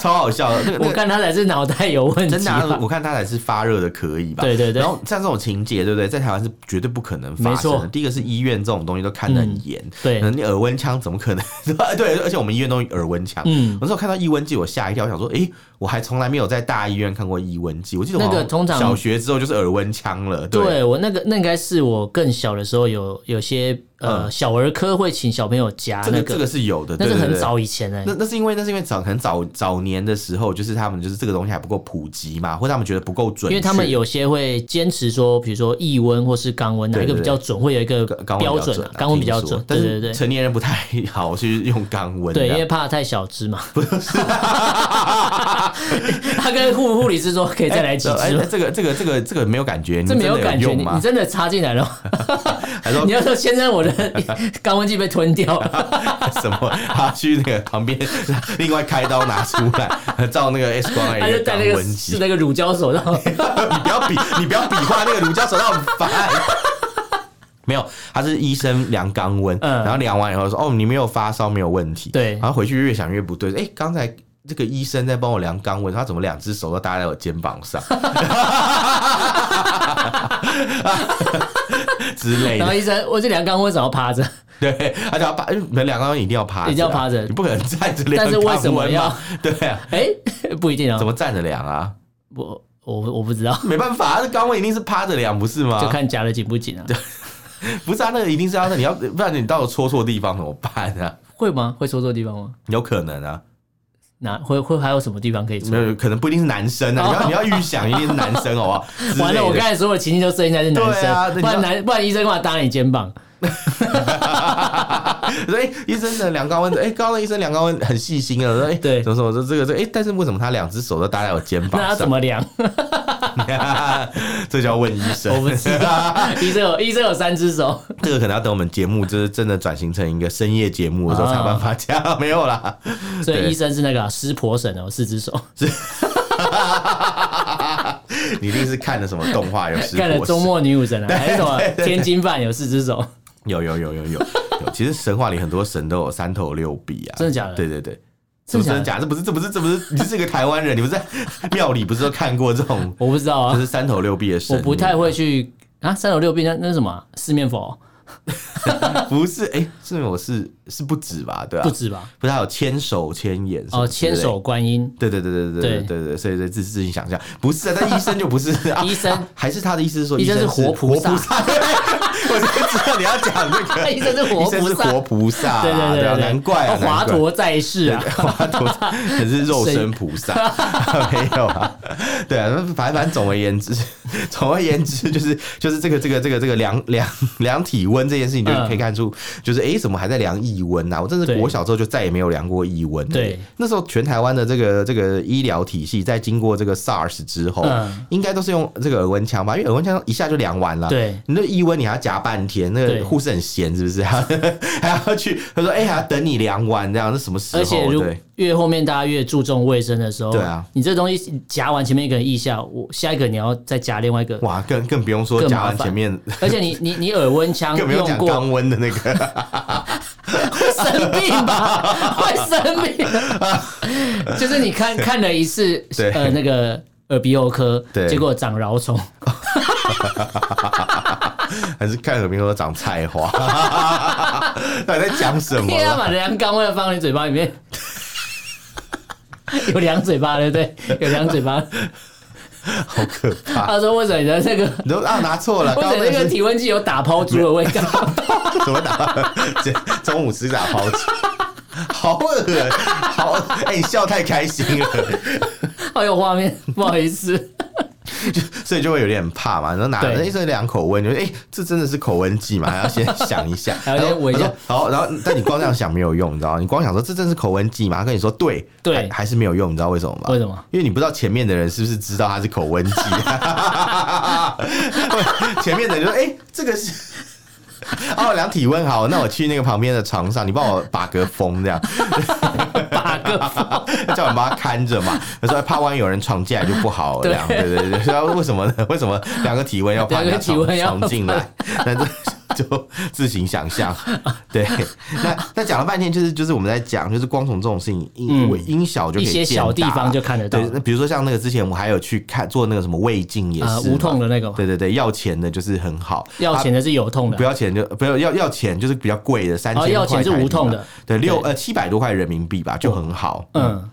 Speaker 1: 超好笑的，那个？”那
Speaker 2: 我
Speaker 1: 个
Speaker 2: 看他才是脑袋有问
Speaker 1: 真
Speaker 2: 题
Speaker 1: 的啊、
Speaker 2: 吧。
Speaker 1: 我看他才是发热的可以吧？
Speaker 2: 对对对
Speaker 1: 然后像这种情节，对不对？在台湾是绝对不可能发
Speaker 2: 没
Speaker 1: 生
Speaker 2: 错嗯
Speaker 1: 的。第一个是医院这种东西都看得很严，
Speaker 2: 对
Speaker 1: 可能你耳温枪怎么可能？ *laughs* 对，而且我们医院都有耳温枪。
Speaker 2: 嗯
Speaker 1: 我那时候看到异温剂，我吓一跳，我想说，诶，我还从来没有在大医院看过异温剂。我记得我
Speaker 2: 那个
Speaker 1: 好像
Speaker 2: 通常
Speaker 1: 小学之后就是耳温枪了，对。
Speaker 2: 对我那个那应该是我更小的时候有有些呃小儿科会请小朋友夹
Speaker 1: 嗯啊这个
Speaker 2: 那
Speaker 1: 这个是有的，
Speaker 2: 那
Speaker 1: 对
Speaker 2: 是
Speaker 1: 对
Speaker 2: 很
Speaker 1: 对
Speaker 2: 早以前哎
Speaker 1: 那，那是因为那是因为早可能早早年的时候，就是他们就是这个东西还不够普及嘛，或者他们觉得不够准确，
Speaker 2: 因为他们有些会坚持说，比如说腋温或是肛温哪
Speaker 1: 对
Speaker 2: 一个
Speaker 1: 对
Speaker 2: 比较准，会有一个
Speaker 1: 肛肛温比
Speaker 2: 标
Speaker 1: 较
Speaker 2: 准
Speaker 1: 准
Speaker 2: 啊
Speaker 1: 啊，，
Speaker 2: 肛温比较
Speaker 1: 听说
Speaker 2: 准，
Speaker 1: 但
Speaker 2: 对对
Speaker 1: 是
Speaker 2: 对。
Speaker 1: 成年人不太好去用肛温啊这
Speaker 2: 对，
Speaker 1: 样，
Speaker 2: 因为怕太小
Speaker 1: *laughs*
Speaker 2: 只嘛，不是， *laughs* 他跟护护理师说可以再来几
Speaker 1: 哎
Speaker 2: 只
Speaker 1: 哎
Speaker 2: 吗，
Speaker 1: 这个这个这个这个没有感觉，你
Speaker 2: 这
Speaker 1: 们
Speaker 2: 没有
Speaker 1: 真的
Speaker 2: 感觉，
Speaker 1: 用
Speaker 2: 你
Speaker 1: 吗
Speaker 2: 你？真的插进来了吗，
Speaker 1: 还说
Speaker 2: 你要说先生，
Speaker 1: *laughs*
Speaker 2: 我的肛门器被吞掉了，
Speaker 1: 什么？他去那个旁边，另外开刀拿出来， *laughs* 照那个 X 光
Speaker 2: *laughs* 他就
Speaker 1: 来
Speaker 2: 戴那
Speaker 1: 当
Speaker 2: 个
Speaker 1: 文
Speaker 2: 是
Speaker 1: 集。
Speaker 2: 那个乳胶手套，
Speaker 1: *laughs* 哎你不要比，你不要比划那个乳胶手套，很烦。 *laughs* 没有，他是医生量肛温，
Speaker 2: 嗯
Speaker 1: 然后量完以后说：“哦，你没有发烧，没有问题。”
Speaker 2: 对
Speaker 1: 然后回去越想越不对，哎、刚才这个医生在帮我量肛温，他怎么两只手都搭在我肩膀上 *laughs* 之类
Speaker 2: 然后
Speaker 1: 的？
Speaker 2: 医生，我这两肛温怎么趴着？
Speaker 1: *laughs* 对，而且要趴，嗯你们量肛温一定要趴着啊，
Speaker 2: 一定要趴着
Speaker 1: 你不可能站着量
Speaker 2: 但是为什么
Speaker 1: 肛温
Speaker 2: 要
Speaker 1: 嘛？ *laughs* 对啊，
Speaker 2: *laughs* 哎，不一定
Speaker 1: 怎
Speaker 2: 哦，
Speaker 1: 么站着量啊？
Speaker 2: 我我我不知道，
Speaker 1: 没办法，这肛温一定是趴着量，不是吗？
Speaker 2: 就看夹的紧不紧啊？
Speaker 1: 不是啊，那个一定是要那你要，不然你到了戳错地方怎么办啊？
Speaker 2: 会吗？会说错地方吗？
Speaker 1: 有可能啊，
Speaker 2: 哪会会还有什么地方可以说
Speaker 1: 没？有可能不一定是男生啊，你
Speaker 2: *laughs*
Speaker 1: 要你要预想一定是男生好不好？之
Speaker 2: 完
Speaker 1: 类
Speaker 2: 了，
Speaker 1: 的
Speaker 2: 我刚才所有情境都设定在是男
Speaker 1: 对啊那你
Speaker 2: 生，不然
Speaker 1: 要
Speaker 2: 男不然医生干嘛搭你肩膀？
Speaker 1: *laughs* 所以医生的量高温，哎，高的医生量高温很细心啊，我说哎，
Speaker 2: 对
Speaker 1: 怎么怎么说这个这个，哎，但是为什么他两只手都搭在我肩膀
Speaker 2: 那他
Speaker 1: 上？
Speaker 2: 怎么量？
Speaker 1: *laughs* 这就要问医生，
Speaker 2: 我不
Speaker 1: *laughs*
Speaker 2: 知道，医生有医生有三只手，
Speaker 1: 这个可能要等我们节目就是真的转型成一个深夜节目的时候才
Speaker 2: 啊
Speaker 1: 有办法讲，没有啦。 *laughs*
Speaker 2: 所以
Speaker 1: 对
Speaker 2: 医生是那个啊湿婆神哦，
Speaker 1: *laughs*
Speaker 2: 四只手，
Speaker 1: 你一定是看了什么动画有
Speaker 2: *laughs* 看了周末女武神啊，还是什么天津饭有四只手，
Speaker 1: 有有有有有有，其实神话里很多神都有三头六臂啊，
Speaker 2: 真的假的
Speaker 1: 对对对，
Speaker 2: 真
Speaker 1: 这
Speaker 2: 的
Speaker 1: 不真的
Speaker 2: 假的
Speaker 1: 假的？这不是这不是这不是，你是一个台湾人，你不是在庙里不是都看过这种
Speaker 2: 我不知道
Speaker 1: 就是
Speaker 2: 啊，
Speaker 1: 三头六臂的神
Speaker 2: 我
Speaker 1: 明？
Speaker 2: 不太会去啊，三头六臂那那是什么啊四面佛哦
Speaker 1: 不是哎，这我是是不止吧？对吧？啊
Speaker 2: 不，止吧？
Speaker 1: 不是还有千手千眼什么
Speaker 2: 哦，
Speaker 1: 之类
Speaker 2: 千手。观音，
Speaker 1: 对对对对对
Speaker 2: 对
Speaker 1: 对对对，所以所以自自行想象，不是啊，但医生就不是啊
Speaker 2: 医生
Speaker 1: 啊还是他的意思是说，
Speaker 2: 医生是
Speaker 1: 是
Speaker 2: 活菩萨
Speaker 1: 萨，对我就知道你要讲这个，
Speaker 2: *laughs* 医生是活
Speaker 1: 医生
Speaker 2: 菩
Speaker 1: 是
Speaker 2: 萨
Speaker 1: 活菩萨啊，
Speaker 2: 对对对
Speaker 1: 啊
Speaker 2: 对，
Speaker 1: 难怪啊
Speaker 2: 哦华
Speaker 1: 难怪
Speaker 2: 佗在世啊，
Speaker 1: 华
Speaker 2: *laughs*
Speaker 1: 佗可是肉身菩萨， *laughs* 没有啊，对啊，反正反正总而言之，总而言之就是就是这个这个这个这个量量量体温这件事情，就
Speaker 2: 嗯
Speaker 1: 可以看出，就是诶，怎么还在量腋温啊？我真的
Speaker 2: 对
Speaker 1: 是国小之后就再也没有量过腋温了耶。
Speaker 2: 对
Speaker 1: 那时候全台湾的这个这个医疗体系，在经过这个 SARS 之后
Speaker 2: 嗯，
Speaker 1: 应该都是用这个耳温枪吧，因为耳温枪一下就量完了。
Speaker 2: 对
Speaker 1: 你那医温你还要夹半天，那
Speaker 2: 对
Speaker 1: 个护士很闲是不啊是？还要还要去，他说哎、还要等你量完这样，是什么时候？
Speaker 2: 而且如
Speaker 1: 对
Speaker 2: 越后面大家越注重卫生的时候，
Speaker 1: 对啊
Speaker 2: 你这东西夹完前面一个人腋下，我下一个你要再夹另外一个，
Speaker 1: 哇，更更不用说
Speaker 2: 更麻
Speaker 1: 夹完
Speaker 2: 烦
Speaker 1: 前面，
Speaker 2: 而且你你你耳温
Speaker 1: *laughs*
Speaker 2: 枪
Speaker 1: 更不用
Speaker 2: 用
Speaker 1: 讲
Speaker 2: 过，
Speaker 1: 肛温的那个，
Speaker 2: 会生病
Speaker 1: *laughs*
Speaker 2: 吧？会生病，就是你看看了一次
Speaker 1: 对
Speaker 2: 呃那个耳鼻喉科，
Speaker 1: 对
Speaker 2: 结果长蛲虫，
Speaker 1: 还是看耳鼻喉长菜花， *laughs* 到底在讲什
Speaker 2: *laughs*
Speaker 1: 么
Speaker 2: 因为他
Speaker 1: 啊？
Speaker 2: 把凉肛味放你嘴巴里面。 *laughs* 有两嘴巴，对不对？有两嘴巴。
Speaker 1: 好可怕！
Speaker 2: 他说：“为什么你的那个，
Speaker 1: 你都啊拿错了，
Speaker 2: 为
Speaker 1: 刚
Speaker 2: 什
Speaker 1: 刚
Speaker 2: 么那
Speaker 1: 那
Speaker 2: 个
Speaker 1: 是
Speaker 2: 体温计有打抛猪的味道？”
Speaker 1: 怎么打？这中午吃打抛猪。 *laughs* 好恶，好恶，哎、你笑太开心了，
Speaker 2: 好有哎画面，不好意思。
Speaker 1: *laughs* 所以就会有点怕嘛。然后拿
Speaker 2: 对
Speaker 1: 了医生量口温，你就哎、这真的是口温计
Speaker 2: *laughs*
Speaker 1: 嘛？然后先想一下，
Speaker 2: 还要先
Speaker 1: 然后
Speaker 2: 闻一下
Speaker 1: 我说好，然后但你光这样想没有用，你知道吗？你光想说这真是口温计嘛？他跟你说对，
Speaker 2: 对
Speaker 1: 还还是没有用，你知道为什么吗？
Speaker 2: 为什么？
Speaker 1: 因为你不知道前面的人是不是知道他是口温计， *laughs* 前面的人就说哎、这个是。 *laughs* 哦，量体温好，那我去那个旁边的床上，你帮我把个风这样，
Speaker 2: 八个
Speaker 1: 叫我妈看着嘛。他说怕万一有人闯进来就不好了，
Speaker 2: 对
Speaker 1: 这样对对对。然后为什么呢？为什么两个体温要怕
Speaker 2: 两个
Speaker 1: 人家
Speaker 2: 体温
Speaker 1: 闯
Speaker 2: 要
Speaker 1: 闯进来
Speaker 2: 怕？
Speaker 1: 那这就自行想象。对，那那讲了半天，就是就是我们在讲，就是光从这种事情，因
Speaker 2: 嗯
Speaker 1: 因小就
Speaker 2: 一
Speaker 1: 可以
Speaker 2: 些
Speaker 1: 见
Speaker 2: 小地
Speaker 1: 大
Speaker 2: 方就看得到
Speaker 1: 对，那比如说像那个之前我还有去看做那个什么胃镜也是、
Speaker 2: 啊，无痛。的那个嘛，
Speaker 1: 对对对，要钱的就是很好，
Speaker 2: 要钱的是有痛的，
Speaker 1: 不要钱就不要要要钱，就是比较贵的三千块。
Speaker 2: 要钱是无痛的，
Speaker 1: 对，六
Speaker 2: 对
Speaker 1: 呃七百多块人民币吧，就很好。
Speaker 2: 嗯。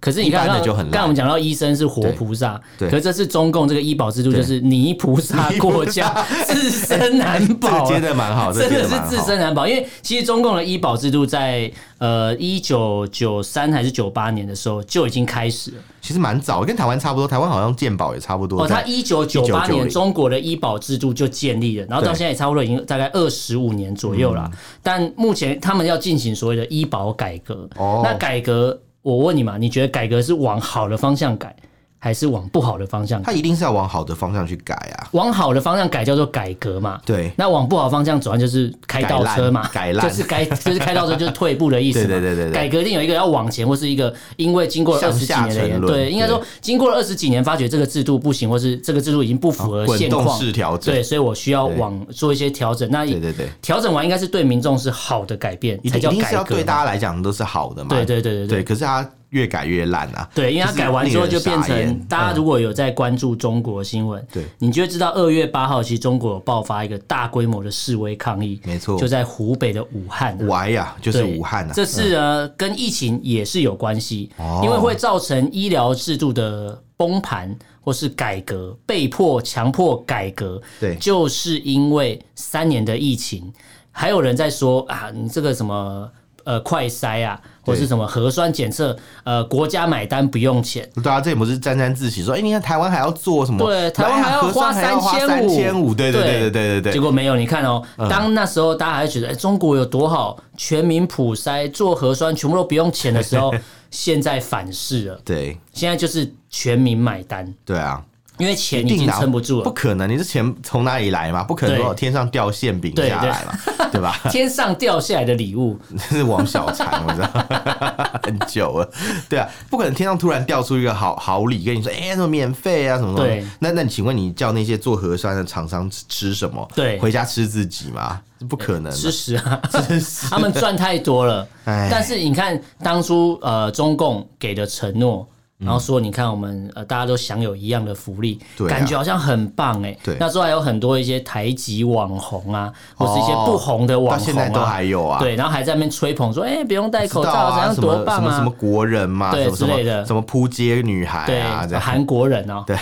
Speaker 2: 可是你看，
Speaker 1: 一般
Speaker 2: 刚
Speaker 1: 的就很
Speaker 2: 刚
Speaker 1: 烂
Speaker 2: 刚我们讲到医生是活菩萨，
Speaker 1: 对对
Speaker 2: 可是这次中共这个医保制度就是泥菩萨
Speaker 1: *laughs*
Speaker 2: 过家，自身难
Speaker 1: 这个
Speaker 2: 保
Speaker 1: 接
Speaker 2: 啊。
Speaker 1: 的蛮好，这个
Speaker 2: 真
Speaker 1: 接
Speaker 2: 的
Speaker 1: 得
Speaker 2: 是
Speaker 1: 蛮好
Speaker 2: 自身难保，因为其实中共的医保制度在呃一九九三还是九八年的时候就已经开始了。
Speaker 1: 其实蛮早，跟台湾差不多，台湾好像健保也差不多。
Speaker 2: 哦，他一九九八
Speaker 1: 1990
Speaker 2: 年中国的医保制度就建立了，然后到
Speaker 1: 对
Speaker 2: 现在也差不多已经大概二十五年左右了。但目前他们要进行所谓的医保改革，
Speaker 1: 哦
Speaker 2: 那改革，我问你嘛，你觉得改革是往好的方向改，还是往不好的方向改？
Speaker 1: 它一定是要往好的方向去改啊。
Speaker 2: 往好的方向改叫做改革嘛，
Speaker 1: 对
Speaker 2: 那往不好方向转就是开倒车嘛，
Speaker 1: 改烂改烂
Speaker 2: 就是该就是开倒车就是退步的意思嘛。
Speaker 1: *laughs* 对对对对对
Speaker 2: 改革一定有一个要往前，或是一个因为经过了二
Speaker 1: 向
Speaker 2: 十几
Speaker 1: 下
Speaker 2: 年的
Speaker 1: 沉
Speaker 2: 研，
Speaker 1: 沦
Speaker 2: 对，应该说
Speaker 1: 对
Speaker 2: 经过了二十几年，发觉这个制度不行，或是这个制度已经不符合
Speaker 1: 哦滚
Speaker 2: 呃现
Speaker 1: 动
Speaker 2: 况，
Speaker 1: 式调整
Speaker 2: 对，所以我需要
Speaker 1: 对
Speaker 2: 往做一些调整。那
Speaker 1: 对对对，
Speaker 2: 调整完应该是对民众是好的改变，
Speaker 1: 一
Speaker 2: 才
Speaker 1: 定
Speaker 2: 叫
Speaker 1: 一定
Speaker 2: 改
Speaker 1: 是要
Speaker 2: 革
Speaker 1: 对大
Speaker 2: 嘛。
Speaker 1: 家来讲都是好的嘛。
Speaker 2: 对对对对对
Speaker 1: 对，可是它越改越烂啊。
Speaker 2: 对，因为它
Speaker 1: 就是
Speaker 2: 改完之后
Speaker 1: 令
Speaker 2: 就
Speaker 1: 人
Speaker 2: 变
Speaker 1: 傻眼嗯
Speaker 2: 成，大家如果有在关注中国新闻，
Speaker 1: 对
Speaker 2: 你就会知道二月八号其实中国有爆发一个大规模的示威抗议，
Speaker 1: 没错
Speaker 2: 就在湖北的武汉、啊。
Speaker 1: 歪呀、就是
Speaker 2: 对
Speaker 1: 武汉啊。
Speaker 2: 这次呢、跟疫情也是有关系，
Speaker 1: 哦
Speaker 2: 因为会造成医疗制度的崩盘或是改革，被迫强迫改革，
Speaker 1: 对
Speaker 2: 就是因为三年的疫情，还有人在说啊，你这个什么呃快筛啊，或是
Speaker 1: 对
Speaker 2: 什么核酸检测，呃国家买单不用钱，
Speaker 1: 对啊，这也不是沾沾自喜，说哎、你看台湾还要做什么？
Speaker 2: 对台湾
Speaker 1: 来啊
Speaker 2: 还要
Speaker 1: 核酸
Speaker 2: 花
Speaker 1: 还要花
Speaker 2: 3500
Speaker 1: 三千五，对对对对对对嗯
Speaker 2: 结
Speaker 1: 对，
Speaker 2: 果没有，你看哦，当那时候大家还觉得、哎，中国有多好，全民普筛、做核酸全部都不用钱的
Speaker 1: *laughs*
Speaker 2: 时候，现在反噬了，
Speaker 1: 对
Speaker 2: 现在就是全民买单，
Speaker 1: 对啊，
Speaker 2: 因为钱哎已
Speaker 1: 定
Speaker 2: 经
Speaker 1: 的啊
Speaker 2: 撑不住
Speaker 1: 不
Speaker 2: 了，
Speaker 1: 可能，你这钱从哪里来嘛？不可能
Speaker 2: 对
Speaker 1: 说天上掉馅饼
Speaker 2: 对
Speaker 1: 下来嘛，对吧？
Speaker 2: 天上掉下来的礼物，
Speaker 1: 这是王小
Speaker 2: *laughs*
Speaker 1: 婵，我知道 *laughs* 很久了，对啊，不可能天上突然掉出一个好好礼跟你说，哎、什么免费啊，什么什
Speaker 2: 对
Speaker 1: 么？那那你请问你叫那些做核酸的厂商吃吃什么？
Speaker 2: 对
Speaker 1: 回家吃自己吗？这不可能的，
Speaker 2: 吃屎啊！ *laughs* 他们赚太多了，
Speaker 1: 哎
Speaker 2: 但是你看当初呃中共给的承诺。
Speaker 1: 嗯
Speaker 2: 然后说，你看我们呃，大家都享有一样的福利，
Speaker 1: 对啊
Speaker 2: 感觉好像很棒哎。
Speaker 1: 对
Speaker 2: 那时候还有很多一些台籍网红啊，或是一些
Speaker 1: 哦
Speaker 2: 不红的网
Speaker 1: 到
Speaker 2: 红啊，
Speaker 1: 现在都还有啊。
Speaker 2: 对，然后还在那边吹捧说，哎、不用戴口
Speaker 1: 知
Speaker 2: 罩，
Speaker 1: 道啊
Speaker 2: 怎样
Speaker 1: 什么
Speaker 2: 多棒
Speaker 1: 什么什么
Speaker 2: 啊，
Speaker 1: 国人嘛，
Speaker 2: 对
Speaker 1: 什么什么
Speaker 2: 之类的
Speaker 1: 什么扑街女孩啊，这
Speaker 2: 对，
Speaker 1: 样
Speaker 2: 韩国人哦、
Speaker 1: 对，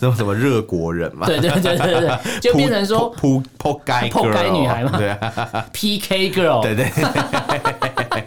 Speaker 1: 什么什么热国人嘛，
Speaker 2: 对对对对对，就
Speaker 1: 扑
Speaker 2: 变
Speaker 1: *laughs*
Speaker 2: 成说
Speaker 1: 扑扑扑街
Speaker 2: 扑街
Speaker 1: girl 啊
Speaker 2: 女孩嘛
Speaker 1: 对啊
Speaker 2: PK girl，
Speaker 1: 对对对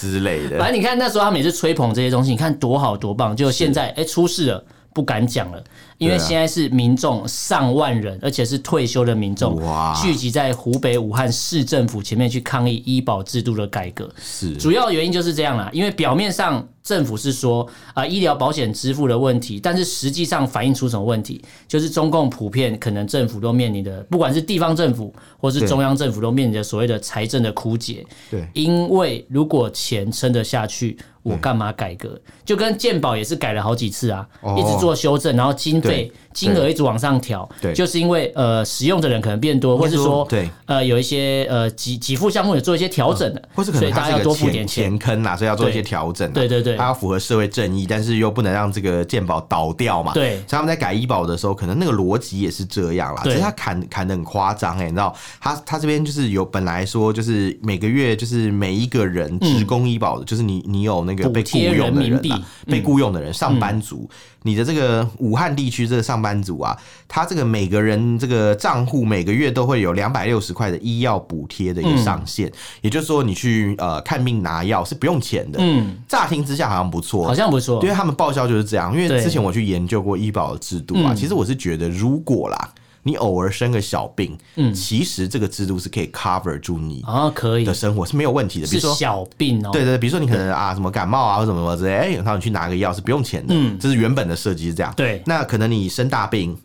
Speaker 1: 之类的，
Speaker 2: 反正你看那时候他们也是吹捧这些东西，你看多好多棒，就现在哎、出事了。不敢讲了，因为
Speaker 1: 对啊
Speaker 2: 现在是民众上万人，而且是退休的民众
Speaker 1: 哇
Speaker 2: 聚集在湖北武汉市政府前面去抗议医保制度的改革。
Speaker 1: 是
Speaker 2: 主要原因就是这样啦，因为表面上政府是说啊、呃医疗保险支付的问题，但是实际上反映出什么问题？就是中共普遍可能政府都面临的，不管是地方政府或是
Speaker 1: 对
Speaker 2: 中央政府都面临着所谓的财政的枯竭。
Speaker 1: 对
Speaker 2: 因为如果钱撑得下去，
Speaker 1: 嗯
Speaker 2: 我干嘛改革？就跟健保也是改了好几次啊，
Speaker 1: 哦
Speaker 2: 一直做修正，然后经费
Speaker 1: 对
Speaker 2: 金额一直往上调，
Speaker 1: 对
Speaker 2: 就是因为呃使用的人可能变多，或是
Speaker 1: 应该
Speaker 2: 说
Speaker 1: 说对
Speaker 2: 呃有一些呃给给付项目也做一些调整的，
Speaker 1: 嗯或是可
Speaker 2: 所
Speaker 1: 能
Speaker 2: 以
Speaker 1: 它
Speaker 2: 大
Speaker 1: 是
Speaker 2: 家要
Speaker 1: 一
Speaker 2: 多
Speaker 1: 个
Speaker 2: 付点
Speaker 1: 前
Speaker 2: 钱。
Speaker 1: 前坑啦，所以要做一些
Speaker 2: 对
Speaker 1: 调整啊。
Speaker 2: 对对对
Speaker 1: 它要符合社会正义，但是又不能让这个健保倒掉嘛。
Speaker 2: 对
Speaker 1: 所以他们在改医保的时候，可能那个逻辑也是这样啦。
Speaker 2: 对
Speaker 1: 只是他砍砍的很夸张哎，你知道，他他这边就是有本来说就是每个月就是每一个人职工医保的，就是你你有那个被
Speaker 2: 嗯补
Speaker 1: 雇
Speaker 2: 贴
Speaker 1: 佣的
Speaker 2: 人民
Speaker 1: 人啊
Speaker 2: 币
Speaker 1: 啦，被
Speaker 2: 嗯
Speaker 1: 雇佣的人上班族，你的这个武汉地区这个上班族啊，他这个每个人这个账户每个月都会有两百六十块的医药补贴的一个上限，
Speaker 2: 嗯
Speaker 1: 也就是说你去呃看病拿药是不用钱的。
Speaker 2: 嗯，
Speaker 1: 乍听之下好像不错，
Speaker 2: 好像不错
Speaker 1: 因。为他们报销就是这样。因为
Speaker 2: 对嗯
Speaker 1: 之前我去研究过医保的制度啊，其实我是觉得，如果啦，你偶尔生个小病，嗯，其实这个制度是可以 cover 住你
Speaker 2: 啊，可以
Speaker 1: 的，生活是没有问题的。比
Speaker 2: 是
Speaker 1: 如说，
Speaker 2: 小病哦、
Speaker 1: 对对，比如说你可能啊什么感冒啊或什么什么之类，哎，然后你去拿个药是不用钱的，
Speaker 2: 嗯
Speaker 1: 这是原本的设计是这样。
Speaker 2: 对
Speaker 1: 那可能你生大病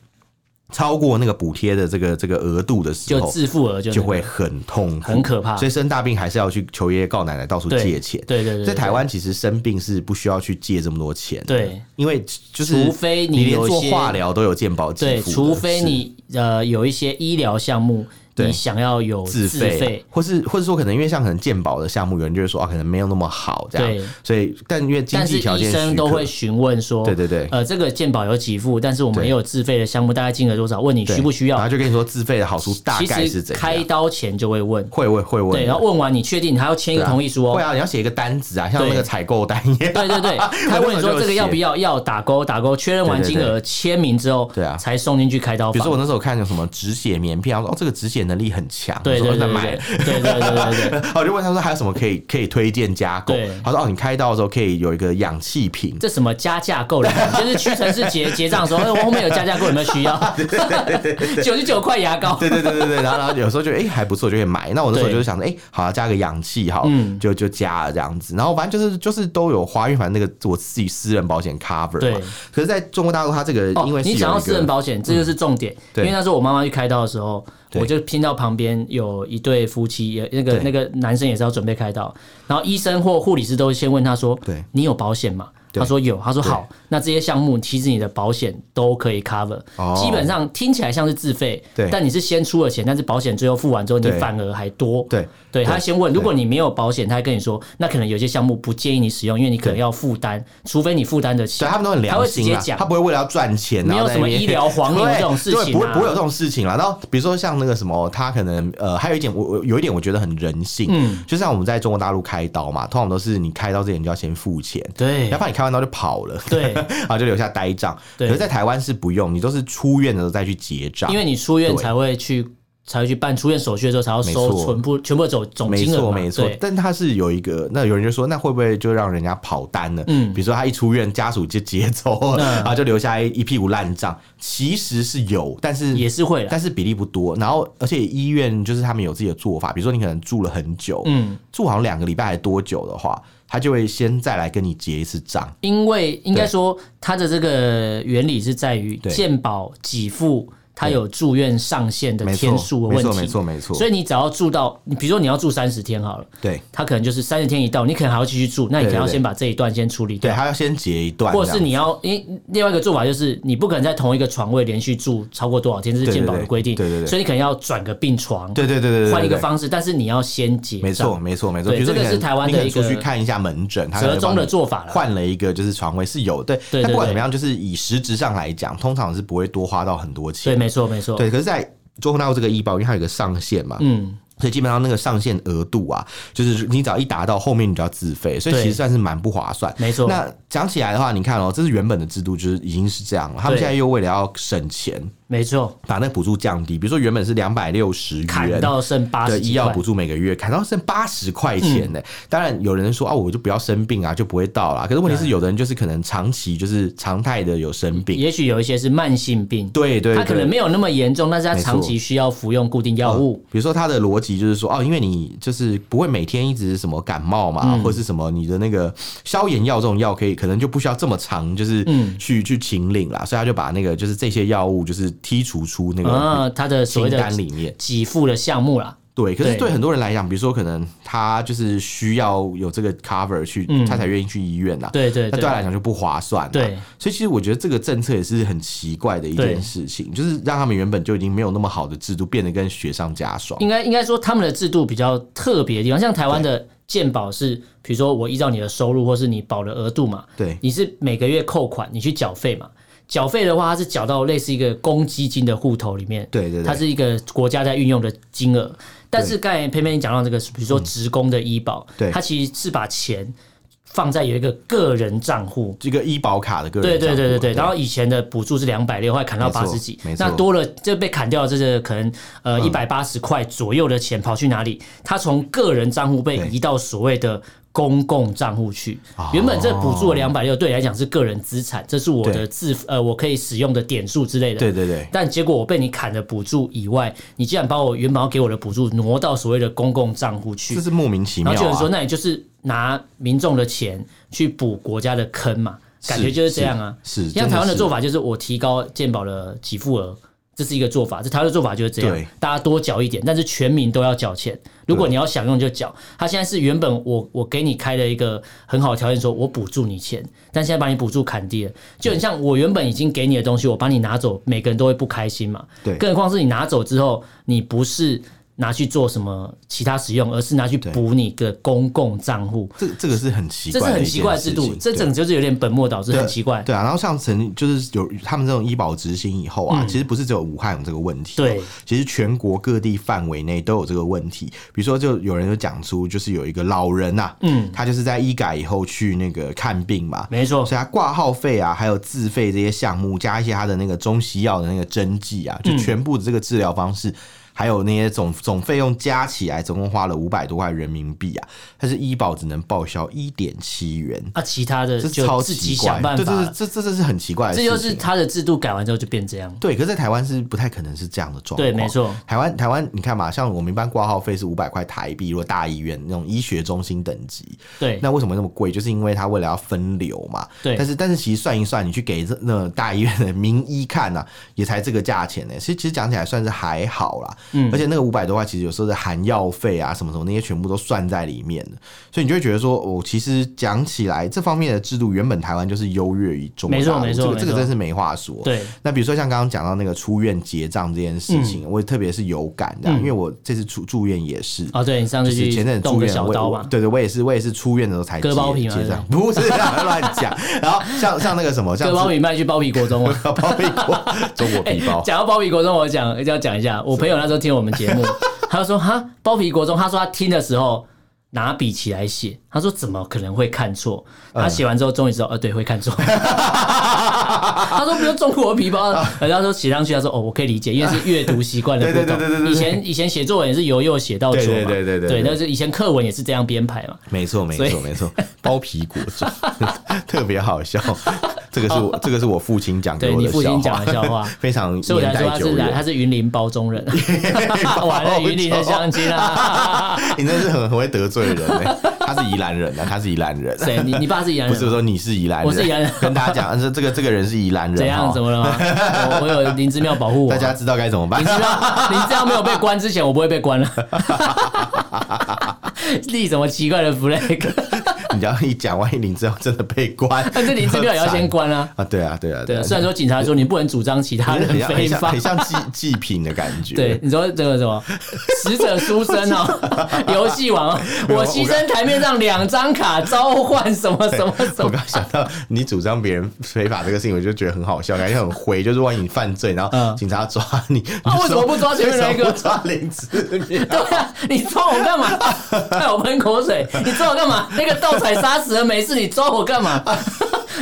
Speaker 1: 超过那个补贴的这个这个额度的时
Speaker 2: 就
Speaker 1: 候，
Speaker 2: 自付额就
Speaker 1: 哦
Speaker 2: 那个
Speaker 1: 就会很痛苦，
Speaker 2: 很可怕
Speaker 1: 所以生大病还是要去求爷爷告奶奶到处
Speaker 2: 对
Speaker 1: 借钱。
Speaker 2: 对对对对
Speaker 1: 在台湾其实生病是不需要去借这么多钱的，
Speaker 2: 对，
Speaker 1: 因为就是
Speaker 2: 除非你
Speaker 1: 你连
Speaker 2: 有
Speaker 1: 做
Speaker 2: 些
Speaker 1: 化疗都有健保给
Speaker 2: 对，
Speaker 1: 付的，
Speaker 2: 除非
Speaker 1: 是
Speaker 2: 你呃有一些医疗项目，
Speaker 1: 对
Speaker 2: 你想要有
Speaker 1: 自
Speaker 2: 自
Speaker 1: 费，
Speaker 2: 费，
Speaker 1: 或是或者说可能因为像可能健保的项目，有人就会说啊，可能没有那么好这
Speaker 2: 对
Speaker 1: 样，所以但因为经
Speaker 2: 但是
Speaker 1: 济条
Speaker 2: 医
Speaker 1: 件许
Speaker 2: 生
Speaker 1: 可，
Speaker 2: 都会询问说，
Speaker 1: 对对对
Speaker 2: 呃，这个健保有给付，但是我们
Speaker 1: 对
Speaker 2: 也有自费的项目，大概金额多少？问你
Speaker 1: 对
Speaker 2: 需不需
Speaker 1: 然后
Speaker 2: 要？
Speaker 1: 就跟你说自费的好处大概
Speaker 2: 其
Speaker 1: 是
Speaker 2: 实
Speaker 1: 怎
Speaker 2: 开
Speaker 1: 样，
Speaker 2: 刀前就会问，
Speaker 1: 会会会问的，
Speaker 2: 对，然后问完你确定，你还要签一个
Speaker 1: 对啊
Speaker 2: 同意书
Speaker 1: 会
Speaker 2: 哦。
Speaker 1: 啊，你要写一个单子啊，像
Speaker 2: 对
Speaker 1: 那个采购单一样，
Speaker 2: 对对对，他问你说这个要不要？要打勾打勾，确认完金
Speaker 1: 对对
Speaker 2: 额签名之后，
Speaker 1: 对啊
Speaker 2: 才送进去开刀
Speaker 1: *laughs* 比如说我那
Speaker 2: 房。
Speaker 1: 时候看有什么止血棉片，我说哦，这个止血能力很强，
Speaker 2: 对
Speaker 1: 我说
Speaker 2: 对对
Speaker 1: 那买 *laughs*
Speaker 2: 对。对对对对对，
Speaker 1: 我就问他说还有什么可以可以推荐加购
Speaker 2: 对？
Speaker 1: 他说哦，你开刀的时候可以有一个氧气瓶，
Speaker 2: 这什么加价购的感觉，就是屈臣氏结结账的时候，哎，我后面有加价购，有没有
Speaker 1: *laughs*
Speaker 2: 需要？ *laughs* 九十九块牙膏，
Speaker 1: 对对对对对，然后然后有时候就哎、还不错，就会买。那我那时候
Speaker 2: 对
Speaker 1: 就是想着哎、好、啊、加个氧气好，
Speaker 2: 嗯
Speaker 1: 就就加了这样子。然后反正就是就是都有花，因为反正那个我自己私人保险 cover 嘛
Speaker 2: 对。
Speaker 1: 可是在中国大陆，它这个因为
Speaker 2: 哦、
Speaker 1: 是
Speaker 2: 你
Speaker 1: 有一
Speaker 2: 讲到
Speaker 1: 个嗯
Speaker 2: 私人保险，这就是重点。
Speaker 1: 对
Speaker 2: 因为那时候我妈妈去开刀的时候，
Speaker 1: 对
Speaker 2: 我就听到旁边有一对夫妻，也那个
Speaker 1: 对
Speaker 2: 那个男生也是要准备开刀，然后医生或护理师都会先问他说：“
Speaker 1: 对
Speaker 2: 你有保险吗？”
Speaker 1: 对
Speaker 2: 他说有，他说好，那这些项目其实你的保险都可以 cover，、
Speaker 1: 哦
Speaker 2: 基本上听起来像是自费
Speaker 1: 对，
Speaker 2: 但你是先出了钱，但是保险最后付完之后，你
Speaker 1: 对
Speaker 2: 反而还多。
Speaker 1: 对
Speaker 2: 对他先问，
Speaker 1: 对
Speaker 2: 如果你没有保险，他还跟你说，那可能有些项目不建议你使用，因为你可能要负担，除非你负担得起。
Speaker 1: 对他们都很良心
Speaker 2: 他会
Speaker 1: 啦
Speaker 2: 直接，讲
Speaker 1: 他不会为了要赚钱，
Speaker 2: 没有
Speaker 1: 然后在
Speaker 2: 什么
Speaker 1: 那边 *laughs*
Speaker 2: 医疗黄牛这种事情啊
Speaker 1: 对，对不会不会有这种事情啦。然后比如说像那个什么，他可能呃，还有一点我我有一点我觉得很人性，
Speaker 2: 嗯
Speaker 1: 就像我们在中国大陆开刀嘛，通常都是你开刀之前你就要先付钱，
Speaker 2: 对
Speaker 1: 要不然你开完刀就跑了， *laughs*
Speaker 2: 对
Speaker 1: 然后就留下呆账。可
Speaker 2: 对
Speaker 1: 是在台湾是不用，你都是出院的时候再去结账，
Speaker 2: 因为你出院
Speaker 1: 对
Speaker 2: 才会去才会去办出院手续的时候才要
Speaker 1: 没
Speaker 2: 收
Speaker 1: 错
Speaker 2: 全部全部的总总
Speaker 1: 没
Speaker 2: 金额
Speaker 1: 错
Speaker 2: 嘛
Speaker 1: 没错
Speaker 2: 对，
Speaker 1: 但他是有一个，那有人就说，那会不会就让人家跑单呢？
Speaker 2: 嗯
Speaker 1: 比如说他一出院，家属就劫走，*laughs*
Speaker 2: 嗯
Speaker 1: 然后就留下一一屁股烂账。其实是有，但是
Speaker 2: 也是会啦
Speaker 1: 但是比例不多。然后而且医院就是他们有自己的做法，比如说你可能住了很久，
Speaker 2: 嗯，
Speaker 1: 住好像两个礼拜还多久的话，他就会先再来跟你结一次账。
Speaker 2: 因为应该说它的这个原理是在于
Speaker 1: 对
Speaker 2: 健保给付。它有住院上限的
Speaker 1: 没错
Speaker 2: 天数的
Speaker 1: 没
Speaker 2: 问
Speaker 1: 错
Speaker 2: 题，
Speaker 1: 没错没错
Speaker 2: 所以你只要住到，你比如说你要住三十天好了，
Speaker 1: 对
Speaker 2: 它可能就是三十天一到，你可能还要继续住，那你可能
Speaker 1: 对
Speaker 2: 要
Speaker 1: 对对
Speaker 2: 先把这一段先处理
Speaker 1: 对，
Speaker 2: 掉，
Speaker 1: 他要先结一段这
Speaker 2: 或
Speaker 1: 样，
Speaker 2: 者是你要，因为另外一个做法就是你不可能在同一个床位连续住超过多少天，这是
Speaker 1: 对对
Speaker 2: 健保的
Speaker 1: 对
Speaker 2: 规定，
Speaker 1: 对对对
Speaker 2: 所以你可能要转个病床，
Speaker 1: 对对对对对对
Speaker 2: 换一个
Speaker 1: 对
Speaker 2: 方式，但是你要先结账。
Speaker 1: 没错，没错，没错。
Speaker 2: 对
Speaker 1: 比如说
Speaker 2: 这
Speaker 1: 你
Speaker 2: 个
Speaker 1: 可能
Speaker 2: 是台湾的
Speaker 1: 你可能
Speaker 2: 一个
Speaker 1: 出去看一下门诊，它
Speaker 2: 折
Speaker 1: 可能
Speaker 2: 中的
Speaker 1: 帮你
Speaker 2: 做法啦
Speaker 1: 换了一个就是床位是有对，
Speaker 2: 对
Speaker 1: 但不管
Speaker 2: 对
Speaker 1: 怎么样，就是以实质上来讲，通常是不会多花到很多
Speaker 2: 对，
Speaker 1: 钱。
Speaker 2: 没错，没错。
Speaker 1: 对，可是，在中国大陆这个医保，因为它有一个上限嘛，
Speaker 2: 嗯，
Speaker 1: 所以基本上那个上限额度啊，就是你只要一达到，后面你就要自费，所以
Speaker 2: 对
Speaker 1: 其实算是蛮不划算。
Speaker 2: 没错
Speaker 1: 那讲起来的话，你看哦，这是原本的制度，就是已经是这样了，他们
Speaker 2: 对
Speaker 1: 现在又为了要省钱，
Speaker 2: 没错，
Speaker 1: 把那个补助降低，比如说原本是两百六十
Speaker 2: 砍
Speaker 1: 元，
Speaker 2: 到剩八
Speaker 1: 的
Speaker 2: 十
Speaker 1: 医
Speaker 2: 几
Speaker 1: 药
Speaker 2: 块嗯
Speaker 1: 补。助每个月砍到剩八十块钱呢、当然有人说啊，我就不要生病啊，就不会到啦。可是问题是，有的人就是可能长期就是常态的有生病，
Speaker 2: 也许有一些是慢性病，
Speaker 1: 对对
Speaker 2: 它可能
Speaker 1: 对。
Speaker 2: 没有那么严重，但是它
Speaker 1: 没错
Speaker 2: 长期需要服用固定药物。
Speaker 1: 比如说他的逻辑就是说，哦，因为你就是不会每天一直什么感冒嘛，
Speaker 2: 嗯
Speaker 1: 或是什么你的那个消炎药这种药可以可能就不需要这么长，就是
Speaker 2: 嗯
Speaker 1: 去、去请领啦，所以他就把那个就是这些药物就是剔除出那个
Speaker 2: 啊，它的所
Speaker 1: 清
Speaker 2: 谓的
Speaker 1: 单里面。
Speaker 2: 给付的项目啦，
Speaker 1: 对，可是
Speaker 2: 对
Speaker 1: 对很多人来讲，比如说可能他就是需要有这个 cover 去，他才愿意去医院啦。
Speaker 2: 嗯对对
Speaker 1: 呃那对他来
Speaker 2: 对
Speaker 1: 讲就不划算、啊。
Speaker 2: 对，
Speaker 1: 所以其实我觉得这个政策也是很奇怪的一件
Speaker 2: 对
Speaker 1: 事情，就是让他们原本就已经没有那么好的制度，变得跟雪上加霜。
Speaker 2: 应该应该说他们的制度比较特别的地方，像台湾的健保是，比如说我依照你的收入或是你保的额度嘛，
Speaker 1: 对
Speaker 2: 你是每个月扣款，你去缴费嘛。缴费的话，它是缴到类似一个公积金的户头里面，
Speaker 1: 对对对
Speaker 2: 它是一个国家在运用的金额。但是刚才偏偏你讲到这个，比如说职工的医保，
Speaker 1: 对
Speaker 2: 它其实是把钱放在有一个个人账户。
Speaker 1: 这个医保卡的个人
Speaker 2: 对对
Speaker 1: 账户
Speaker 2: 对对对，然
Speaker 1: 啊
Speaker 2: 后以前的补助是两百六，后来砍到
Speaker 1: 没错
Speaker 2: 八十几
Speaker 1: 没，错嗯
Speaker 2: 那多了就被砍掉，这个可能呃一百八十块左右的钱跑去哪里？他从个人账户被
Speaker 1: 对哦
Speaker 2: 移到所谓的。公共账户去，原本这补助的两百六对你来讲是个人资产，这是我的
Speaker 1: 对
Speaker 2: 自呃我可以使用的点数之类的。
Speaker 1: 对对对
Speaker 2: 但结果我被你砍了补助以外，你竟然把我原本要给我的补助挪到所谓的公共账户去
Speaker 1: 这，是莫名其妙
Speaker 2: 然后就有人说，
Speaker 1: 啊。
Speaker 2: 那你就是拿民众的钱去补国家的坑嘛，感觉就是这样啊。
Speaker 1: 是是
Speaker 2: 像台
Speaker 1: 真
Speaker 2: 湾的
Speaker 1: 的是
Speaker 2: 做法就是我提高健保的给付额，这是一个做法。这台湾的做法就是这样
Speaker 1: 对，
Speaker 2: 大家多缴一点，但是全民都要缴钱。如果你要享用就缴。他现在是原本我我给你开了一个很好的条件，说我补助你钱，但现在把你补助砍低了，就很像我原本已经给你的东西，我把你拿走，每个人都会不开心嘛。
Speaker 1: 对
Speaker 2: 更何况是你拿走之后，你不是。拿去做什么其他使用，而是拿去补你的公共账户，
Speaker 1: 这这个是很奇
Speaker 2: 这
Speaker 1: 怪
Speaker 2: 是
Speaker 1: 的一件
Speaker 2: 很
Speaker 1: 事情，
Speaker 2: 奇怪的制度，这
Speaker 1: 对
Speaker 2: 整个就是有点本末倒置，
Speaker 1: 对
Speaker 2: 很奇怪。
Speaker 1: 对啊，然后像曾就是有他们这种医保执行以后啊，
Speaker 2: 嗯
Speaker 1: 其实不是只有武汉有这个问题哦、
Speaker 2: 对
Speaker 1: 其实全国各地范围内都有这个问题。比如说，就有人就讲出，就是有一个老人呐、嗯，他就是在医改以后去那个看病嘛，
Speaker 2: 没错
Speaker 1: 所以他挂号费啊，还有自
Speaker 2: 嗯
Speaker 1: 费这些项目，加一些他的那个中西药的那个针剂啊，就全部的这个治疗方式。还有那些总总费用加起来，总共花了五百多块人民币啊，但是医保只能报销一点七元，
Speaker 2: 啊，其他的
Speaker 1: 这超
Speaker 2: 就自
Speaker 1: 奇
Speaker 2: 己想
Speaker 1: 怪
Speaker 2: 办，
Speaker 1: 对，
Speaker 2: 法
Speaker 1: 这是
Speaker 2: 了。
Speaker 1: 这这这是很奇怪的事
Speaker 2: 这
Speaker 1: 情，
Speaker 2: 就是它的制度改完之后就变这样。
Speaker 1: 对，可是，在台湾是不太可能是这样的状况。
Speaker 2: 对没错。
Speaker 1: 台湾台湾，你看嘛，像我们一般挂号费是五百块台币，如果大医院那种医学中心等级，
Speaker 2: 对，
Speaker 1: 那为什么那么贵？就是因为它为了要分流嘛。
Speaker 2: 对
Speaker 1: 但是但是其实算一算，你去给这那大医院的名医看呢、也才这个价钱呢、其实其实讲起来算是还好啦。嗯。而且那个五百多块，其实有时候是含药费啊什么什么那些全部都算在里面的，所以你就会觉得说，哦，其实讲起来这方面的制度，原本台湾就是优越于中国
Speaker 2: 没错
Speaker 1: 大陆，
Speaker 2: 没错
Speaker 1: 这个这
Speaker 2: 没
Speaker 1: 个
Speaker 2: 错
Speaker 1: 真是没话说。
Speaker 2: 对，
Speaker 1: 那比如说像刚刚讲到那个出院结账这件事情，我也特别是有感的，啊
Speaker 2: 嗯
Speaker 1: 因为我这次出住院也是。
Speaker 2: 哦，对你上
Speaker 1: 就
Speaker 2: 次
Speaker 1: 是
Speaker 2: 去
Speaker 1: 前阵子
Speaker 2: 动
Speaker 1: 住
Speaker 2: 个
Speaker 1: 院，
Speaker 2: 小
Speaker 1: 我也
Speaker 2: 刀
Speaker 1: 我
Speaker 2: 嘛，
Speaker 1: 对对，我也是，我也是出院的时候才
Speaker 2: 割
Speaker 1: 结
Speaker 2: 包皮嘛
Speaker 1: 结账， *laughs* 不是啊乱讲。然后像像那个什么，像
Speaker 2: 割包皮卖去包皮国中啊。
Speaker 1: 包皮包
Speaker 2: *laughs*
Speaker 1: 中国皮 *laughs* 包，
Speaker 2: 讲到包皮国中，我讲一定要讲一下，我朋友那时候听我们
Speaker 1: *laughs*
Speaker 2: 节目，他就说哈包皮国中，他说他听的时候拿笔起来写，他说怎么可能会看错？
Speaker 1: 嗯
Speaker 2: 他写完之后终于知道，呃，对，会看错。
Speaker 1: *laughs*
Speaker 2: 他说不用中国皮包，然后他说写上去，他说哦，我可以理解，因为是阅读习惯的不
Speaker 1: 啊对
Speaker 2: 同。
Speaker 1: 对对对对对对
Speaker 2: 以前以前写作文也是由右写到左嘛，
Speaker 1: 对对对对对对
Speaker 2: 对，但是以前课文也是这样编排嘛。
Speaker 1: 没错没
Speaker 2: 所以
Speaker 1: 错没错，包皮果中 *laughs* 特别好笑。这个是我这个是我父亲讲给
Speaker 2: 对
Speaker 1: 我
Speaker 2: 你
Speaker 1: 的
Speaker 2: 父
Speaker 1: 笑
Speaker 2: 亲讲
Speaker 1: 话，
Speaker 2: 的笑话，
Speaker 1: *laughs* 非常
Speaker 2: *laughs* 所以我才
Speaker 1: 年
Speaker 2: 说
Speaker 1: 代
Speaker 2: 他
Speaker 1: 久
Speaker 2: 是来
Speaker 1: 远哦
Speaker 2: 他。是云林包
Speaker 1: *laughs*
Speaker 2: 中人， *laughs* 我还在云林的乡亲啊。
Speaker 1: *laughs* 你真是很很会得罪人欸，他是宜兰人啊，他是宜兰人。
Speaker 2: 谁？你你爸是宜兰
Speaker 1: 不
Speaker 2: 人？啊
Speaker 1: 是我说你是宜兰人，
Speaker 2: 我是宜兰人
Speaker 1: 跟大家讲，这这个这个人是宜兰人，
Speaker 2: 怎样？
Speaker 1: 哈
Speaker 2: 怎么了吗？我我有林之妙保护我。啊
Speaker 1: 大家知道该怎么办
Speaker 2: 你？知道林之妙没有被关之前，我不会被关
Speaker 1: *laughs*
Speaker 2: 了。立什么奇怪的 flag？
Speaker 1: *laughs* 你要一讲，万一林志耀真的被
Speaker 2: *laughs*
Speaker 1: 关，
Speaker 2: 但是林之妙也要先关啊。
Speaker 1: 啊，对啊，对啊，
Speaker 2: 对啊，
Speaker 1: 啊，
Speaker 2: 虽然说警察说你不能主张其他
Speaker 1: 很
Speaker 2: 人
Speaker 1: 像很
Speaker 2: 非
Speaker 1: 像
Speaker 2: 法
Speaker 1: 很。像祭祭品的感觉，
Speaker 2: 对，你说这个什么死者书生
Speaker 1: *laughs*
Speaker 2: 哦，游戏王哦，
Speaker 1: 有
Speaker 2: 我牺牲台面上两张卡召唤什么什么什
Speaker 1: 我
Speaker 2: 么，
Speaker 1: 刚想到你主张别人非法这个事情，我就觉得很好笑，感觉很灰。就是万一你犯罪，然后
Speaker 2: 嗯
Speaker 1: 警察抓你，
Speaker 2: 啊
Speaker 1: 你
Speaker 2: 为什么不抓前面那
Speaker 1: 为
Speaker 2: 个
Speaker 1: 什么不抓林志明？
Speaker 2: 对啊，你抓我
Speaker 1: *laughs*
Speaker 2: 干嘛？害我喷口水，你抓我干嘛？那个盗采杀死人没事，你抓我干嘛？ *laughs*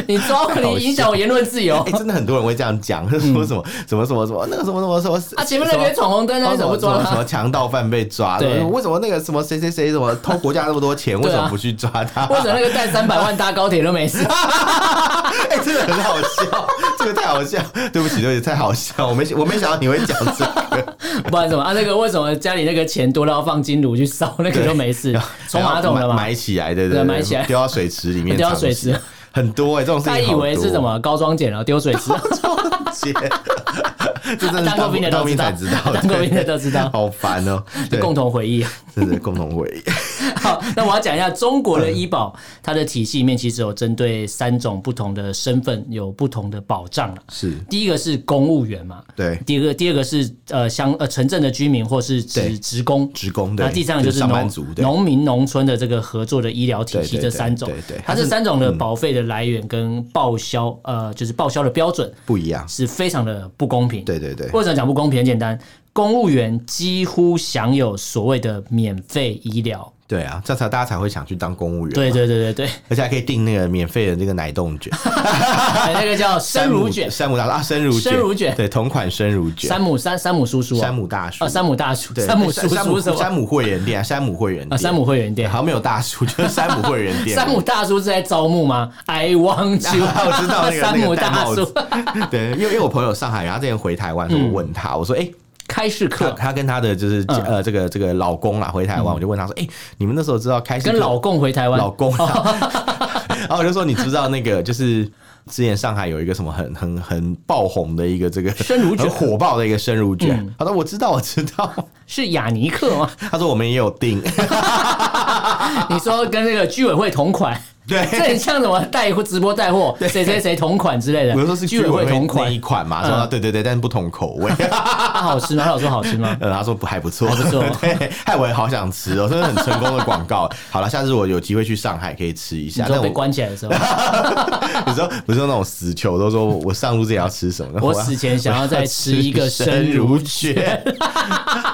Speaker 2: 你抓我，你影响我言论自由
Speaker 1: *laughs* 哎，。真的很多人会这样讲，说什么什么什么什么那个什么什么什么
Speaker 2: 嗯啊，前面那
Speaker 1: 什
Speaker 2: 个
Speaker 1: 么
Speaker 2: 闯红灯，那你怎么不抓
Speaker 1: 什么什
Speaker 2: 他
Speaker 1: 么？强盗犯被抓
Speaker 2: 对
Speaker 1: 了？为什么那个什么谁谁谁什么偷国家那么多钱，为
Speaker 2: *laughs* 对啊
Speaker 1: 什么不去抓他？
Speaker 2: 为什么那个带三百万搭高铁都没事？
Speaker 1: 哎、真的很好笑，这个太好笑。对不起，对不起，太好笑。我没我没想到你会讲这
Speaker 2: *laughs*
Speaker 1: 个，
Speaker 2: 不然什么啊？那个为什么家里那个钱多到放金炉去烧那个都没事？冲马桶了
Speaker 1: 埋
Speaker 2: 嘛？
Speaker 1: 埋起来，对对对，
Speaker 2: 对埋起来
Speaker 1: 丢到水池里面，
Speaker 2: *laughs* 丢到水池，
Speaker 1: 很多哎、这种事情
Speaker 2: 他以为是什么高装捡了丢水
Speaker 1: *laughs*
Speaker 2: 池，*laughs*
Speaker 1: 好多？这真的是
Speaker 2: 当过兵的都
Speaker 1: 当兵才
Speaker 2: 知
Speaker 1: 知
Speaker 2: 道
Speaker 1: 道，
Speaker 2: 当过兵的
Speaker 1: 对
Speaker 2: 都知道
Speaker 1: 好烦哦、对，
Speaker 2: 共同回忆啊。
Speaker 1: 真的共同回忆。
Speaker 2: 好，那我要讲一下中国的医保，它的体系里面其实有针对三种不同的身份有不同的保障了。
Speaker 1: 是
Speaker 2: 第一个是公务员嘛，
Speaker 1: 对
Speaker 2: 第二个第二个是呃乡呃城镇的居民或是职
Speaker 1: 对
Speaker 2: 职工。
Speaker 1: 职工对，
Speaker 2: 那第三个就是
Speaker 1: 上
Speaker 2: 农
Speaker 1: 班族对。
Speaker 2: 农民农村的这个合作的医疗体系，
Speaker 1: 对对
Speaker 2: 这三种
Speaker 1: 对对对，嗯
Speaker 2: 它这三种的保费的来源跟报销，呃，就是报销的标准
Speaker 1: 不一样，
Speaker 2: 是非常的不公平。
Speaker 1: 对对对，
Speaker 2: 为什么讲不公平？很简单，公务员几乎享有所谓的免费医疗。
Speaker 1: 对啊，这样才大家才会想去当公务员，
Speaker 2: 对，对
Speaker 1: *laughs*
Speaker 2: 对对对，
Speaker 1: 而且还可以订那个免费的那个奶冻卷，
Speaker 2: 哎，那个叫 *laughs* 生乳卷，
Speaker 1: 山姆大叔啊，生乳卷，
Speaker 2: 生乳卷
Speaker 1: 对，同款生乳卷，
Speaker 2: 山姆山山姆叔叔、哦，
Speaker 1: 山姆大叔
Speaker 2: 啊，山姆大叔，
Speaker 1: 对
Speaker 2: 山姆叔
Speaker 1: 山姆
Speaker 2: 叔什么
Speaker 1: 山姆会员店啊，山姆会员
Speaker 2: 啊？
Speaker 1: 店，
Speaker 2: 山姆会员店，
Speaker 1: 好像没有大叔， *laughs* 就是山姆会员店。
Speaker 2: 山姆大叔是在招募吗？I want
Speaker 1: 啊 *laughs*
Speaker 2: you，
Speaker 1: 我知道
Speaker 2: *laughs*
Speaker 1: 那个
Speaker 2: 山姆大
Speaker 1: 那
Speaker 2: 叔
Speaker 1: 个戴帽子对，因为因为我朋友上海人，他之前回台湾的时候，我问他，我说，哎、
Speaker 2: 开市
Speaker 1: 他
Speaker 2: 客
Speaker 1: 他跟他的就是、
Speaker 2: 嗯
Speaker 1: 呃这个这个老公啦，回台湾，我就问他说，哎、你们那时候知道开始
Speaker 2: 跟老公回台湾，
Speaker 1: 老公啊，
Speaker 2: *laughs*
Speaker 1: 然后我就说，你知不知道那个就是。 *laughs* 之前上海有一个什么很很很爆红的一个这个
Speaker 2: 生乳卷嗯
Speaker 1: 很火爆的一个生乳卷，他说我知道我知道， *laughs*
Speaker 2: 是雅尼克吗？
Speaker 1: 他说我们也有
Speaker 2: *laughs*
Speaker 1: 订，
Speaker 2: 你说跟那个居委会同款，
Speaker 1: 啊 *laughs* 对，
Speaker 2: 这很像什么带货直播带
Speaker 1: *laughs*
Speaker 2: 货，谁谁谁同款之类的，
Speaker 1: 比如说是
Speaker 2: 居委
Speaker 1: 会
Speaker 2: 会同
Speaker 1: 那
Speaker 2: 款嗯
Speaker 1: 一款嘛，说啊对对对，但是不同口
Speaker 2: *laughs*
Speaker 1: 味。
Speaker 2: 啊，好吃吗？他有说好
Speaker 1: *laughs*
Speaker 2: 吃吗？
Speaker 1: 呃，他说不还不错，
Speaker 2: 还不错
Speaker 1: *laughs* 对，害我也好想吃哦，真的很成功的广告。好了，下次我有机会去上海可以吃一
Speaker 2: 你
Speaker 1: 下。
Speaker 2: 说
Speaker 1: 但我
Speaker 2: 被关起来的时候，
Speaker 1: *laughs* 有时候不是那种死囚，都说我上路之前要吃什么？
Speaker 2: 我
Speaker 1: 要
Speaker 2: 死前想要再吃一个生
Speaker 1: 生 *laughs*
Speaker 2: 乳
Speaker 1: 乳卷，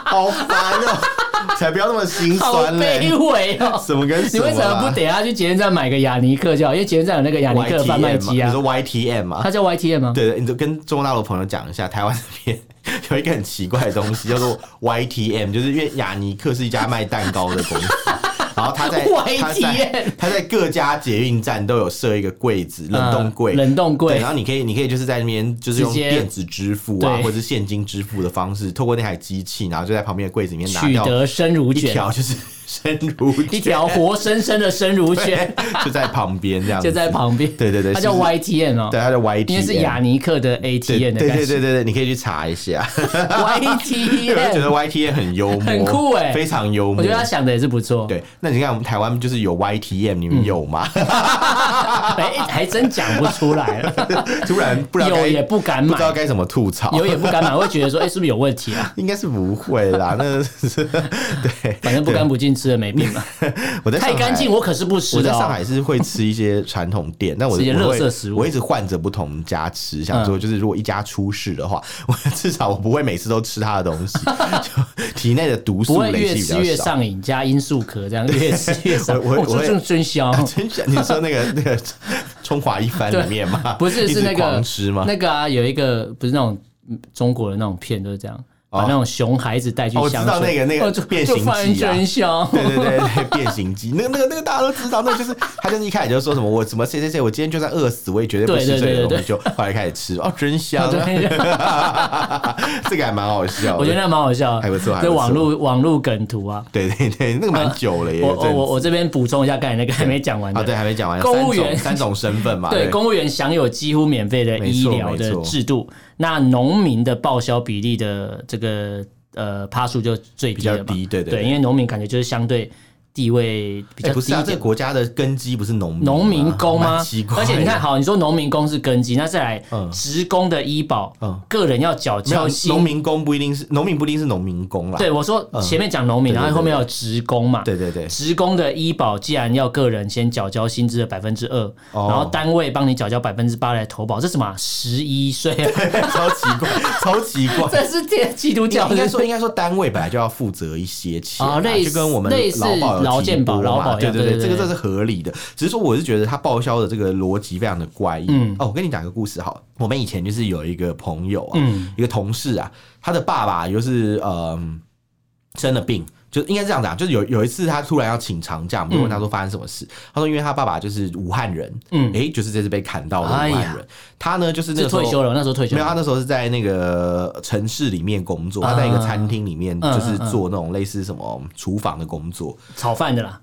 Speaker 1: 好烦哦。才不要那么心
Speaker 2: 好
Speaker 1: *laughs* 酸嘞
Speaker 2: 卑。微哦、
Speaker 1: *laughs* 什么啊跟什
Speaker 2: 你
Speaker 1: 么啦？
Speaker 2: 为什么不等下去捷运站买个雅尼克就好？因为捷运站有那个雅尼克
Speaker 1: YTM
Speaker 2: 贩卖机
Speaker 1: 嘛
Speaker 2: 啊
Speaker 1: 你，说 YTM 嘛？
Speaker 2: 它叫 YTM 吗？
Speaker 1: 对，你就跟中国大陆朋友讲一下，台湾这边 *laughs* 有一个很奇怪的东西叫做 YTM，就是因为雅尼克是一家卖蛋糕的公司。然后他
Speaker 2: *laughs*
Speaker 1: 在他
Speaker 2: YTM
Speaker 1: 在他在各家捷运站都有设一个柜子，冷冻柜，
Speaker 2: 嗯冷冻
Speaker 1: 对，
Speaker 2: 柜
Speaker 1: 然，后你可以，你可以就是在那边，就是用
Speaker 2: 直接
Speaker 1: 电子支付啊，
Speaker 2: 对
Speaker 1: 或者是现金支付的方式，透过那台机器，然后就在旁边的柜子里面拿
Speaker 2: 取
Speaker 1: 掉
Speaker 2: 得生乳
Speaker 1: 一
Speaker 2: 卷，
Speaker 1: 条就是生乳卷，
Speaker 2: 一条活生生的生
Speaker 1: *laughs*
Speaker 2: 乳卷
Speaker 1: 就在旁边这样子，
Speaker 2: 就在旁边。
Speaker 1: *laughs* 对对对
Speaker 2: 它叫
Speaker 1: 是不是
Speaker 2: YTM 哦、
Speaker 1: 对，它叫 YT，
Speaker 2: 因为是雅尼克的
Speaker 1: 对
Speaker 2: ATM 的
Speaker 1: 对
Speaker 2: 感
Speaker 1: 对对对
Speaker 2: 觉。
Speaker 1: 对，你可以去查一下。 *laughs* 因为我就觉
Speaker 2: YTM，
Speaker 1: 得 YTM 很幽默，
Speaker 2: 很酷欸
Speaker 1: 非常幽默。
Speaker 2: 我觉得他想的也是不错。
Speaker 1: 对，那你看我们台湾就是有 YTM，你们有吗？
Speaker 2: 嗯哎、还真讲不出来了，
Speaker 1: *laughs* 突然 *laughs* 不知道
Speaker 2: 有
Speaker 1: 该
Speaker 2: 也不敢
Speaker 1: 不知道
Speaker 2: 买，
Speaker 1: 该怎么吐槽，
Speaker 2: 有也不敢买，会觉得说，哎、是不是有问题啊？
Speaker 1: *laughs* 应该是不会啦。那是对，
Speaker 2: 反正不干不净吃了没病嘛，
Speaker 1: 我在上
Speaker 2: 太
Speaker 1: 海
Speaker 2: 干净。我可是不吃
Speaker 1: 我在
Speaker 2: 的、
Speaker 1: 上
Speaker 2: 哦。
Speaker 1: 海是会吃一些传统店，但我
Speaker 2: 吃一些
Speaker 1: 我
Speaker 2: 垃
Speaker 1: 会
Speaker 2: 圾食物嗯
Speaker 1: 我一直换着不同家吃，想说就是如果一家出事的话， *laughs* 我至少我不会每次都吃他的东
Speaker 2: *laughs*
Speaker 1: 西，就体内的毒
Speaker 2: 不
Speaker 1: 素
Speaker 2: 会
Speaker 1: 累
Speaker 2: 越
Speaker 1: 积比
Speaker 2: 吃
Speaker 1: 较
Speaker 2: 越
Speaker 1: 少。
Speaker 2: 上瘾，加罂粟壳这样越吃越上瘾。
Speaker 1: 我我
Speaker 2: 哦这
Speaker 1: 我
Speaker 2: 这真香，
Speaker 1: *laughs* 真假？你说那个那个中华一番里面
Speaker 2: *laughs*
Speaker 1: 吗？
Speaker 2: 不是
Speaker 1: 一直
Speaker 2: 是那个
Speaker 1: 狂吃吗？
Speaker 2: 那个啊，有一个不是那种嗯中国的那种片都是这样，把
Speaker 1: 哦
Speaker 2: 那种熊孩子带去
Speaker 1: 哦我知
Speaker 2: 乡
Speaker 1: 道
Speaker 2: 村
Speaker 1: 那个那个
Speaker 2: 哦就
Speaker 1: 变
Speaker 2: 就
Speaker 1: 形
Speaker 2: 放一
Speaker 1: 记啊
Speaker 2: 真香。
Speaker 1: *laughs*
Speaker 2: *laughs*
Speaker 1: 对对对对，变形记，那个那个那个大家都知道，那就是他就是一开始就说什么我什么谁谁谁，我今天就算饿死，我也绝对不吃
Speaker 2: 对对
Speaker 1: 这
Speaker 2: 对
Speaker 1: 个东
Speaker 2: 对
Speaker 1: 西，就后来开始吃，哦，真香
Speaker 2: 哦真
Speaker 1: 啊， *laughs* 这个还蛮好笑的，
Speaker 2: 我觉得那蛮好笑的，
Speaker 1: 还不错还不
Speaker 2: 这
Speaker 1: 错
Speaker 2: 网络网络梗图啊，
Speaker 1: 对对对，那个蛮久了耶，
Speaker 2: 我
Speaker 1: 有一阵
Speaker 2: 我
Speaker 1: 子
Speaker 2: 我我这边补充一下刚才那个还没讲完
Speaker 1: 啊
Speaker 2: 的，
Speaker 1: 对，还没讲完，
Speaker 2: 公
Speaker 1: 三
Speaker 2: 务
Speaker 1: 种
Speaker 2: 员
Speaker 1: 三种身份嘛，
Speaker 2: 对，公务员享有几乎免费的医疗
Speaker 1: 没错
Speaker 2: 的
Speaker 1: 没错
Speaker 2: 制度，那农民的报销比例的这个呃趴数就最低了嘛
Speaker 1: 比较低对对对
Speaker 2: 因为农民感觉就是相对地位比较
Speaker 1: 哎不
Speaker 2: 低
Speaker 1: 是啊
Speaker 2: 一，
Speaker 1: 这个
Speaker 2: 点。
Speaker 1: 国家的根基不是农民
Speaker 2: 农民
Speaker 1: 吗
Speaker 2: 工吗
Speaker 1: 蛮奇？怪的，
Speaker 2: 而且你看，好，你说农民工是根基，那再来
Speaker 1: 嗯
Speaker 2: 职工的医保
Speaker 1: 嗯，
Speaker 2: 个人要缴
Speaker 1: 没有
Speaker 2: 交薪
Speaker 1: 农。民工不一定是农民不一定是农民工啦，
Speaker 2: 对，我说前面讲农民，
Speaker 1: 对对
Speaker 2: 然后
Speaker 1: 对
Speaker 2: 后面有职工嘛。
Speaker 1: 对对对，
Speaker 2: 职工的医保既然要个人先缴交薪资的百分之二，
Speaker 1: 哦
Speaker 2: 然后单位帮你缴交百分之八来投保，这什么十一岁啊？
Speaker 1: 超奇怪，超奇怪。
Speaker 2: *laughs* 这是天基督教
Speaker 1: 应该
Speaker 2: 的。
Speaker 1: 说，应该说，单位本来就要负责一些钱
Speaker 2: 啊类似
Speaker 1: 就跟我们
Speaker 2: 类似
Speaker 1: 劳保有
Speaker 2: 劳
Speaker 1: 提
Speaker 2: 健保
Speaker 1: 拨
Speaker 2: 劳
Speaker 1: 嘛
Speaker 2: 保一
Speaker 1: 对
Speaker 2: 样
Speaker 1: 对
Speaker 2: 对对
Speaker 1: 这个
Speaker 2: 对
Speaker 1: 这是合理的。只是说，我是觉得他报销的这个逻辑非常的怪异。
Speaker 2: 嗯
Speaker 1: 哦，我跟你讲个故事好了，我们以前就是有一个朋友
Speaker 2: 嗯
Speaker 1: 啊，一个同事啊，他的爸爸就是嗯生了病。就应该这样讲，就是有有一次他突然要请长假，我们就问他说发生什么事，他说因为他爸爸就是武汉人，嗯，哎、就是这次被砍到的武
Speaker 2: 哎
Speaker 1: 汉
Speaker 2: 呀
Speaker 1: 人，他呢就是那
Speaker 2: 是
Speaker 1: 个时候
Speaker 2: 退休了，那时候退休
Speaker 1: 没有，他啊
Speaker 2: 了。
Speaker 1: 那时候是在那个城市里面工作，他在一个餐厅里面，
Speaker 2: 嗯
Speaker 1: 就是做那种类似什么厨房的工作。
Speaker 2: 炒饭的啦，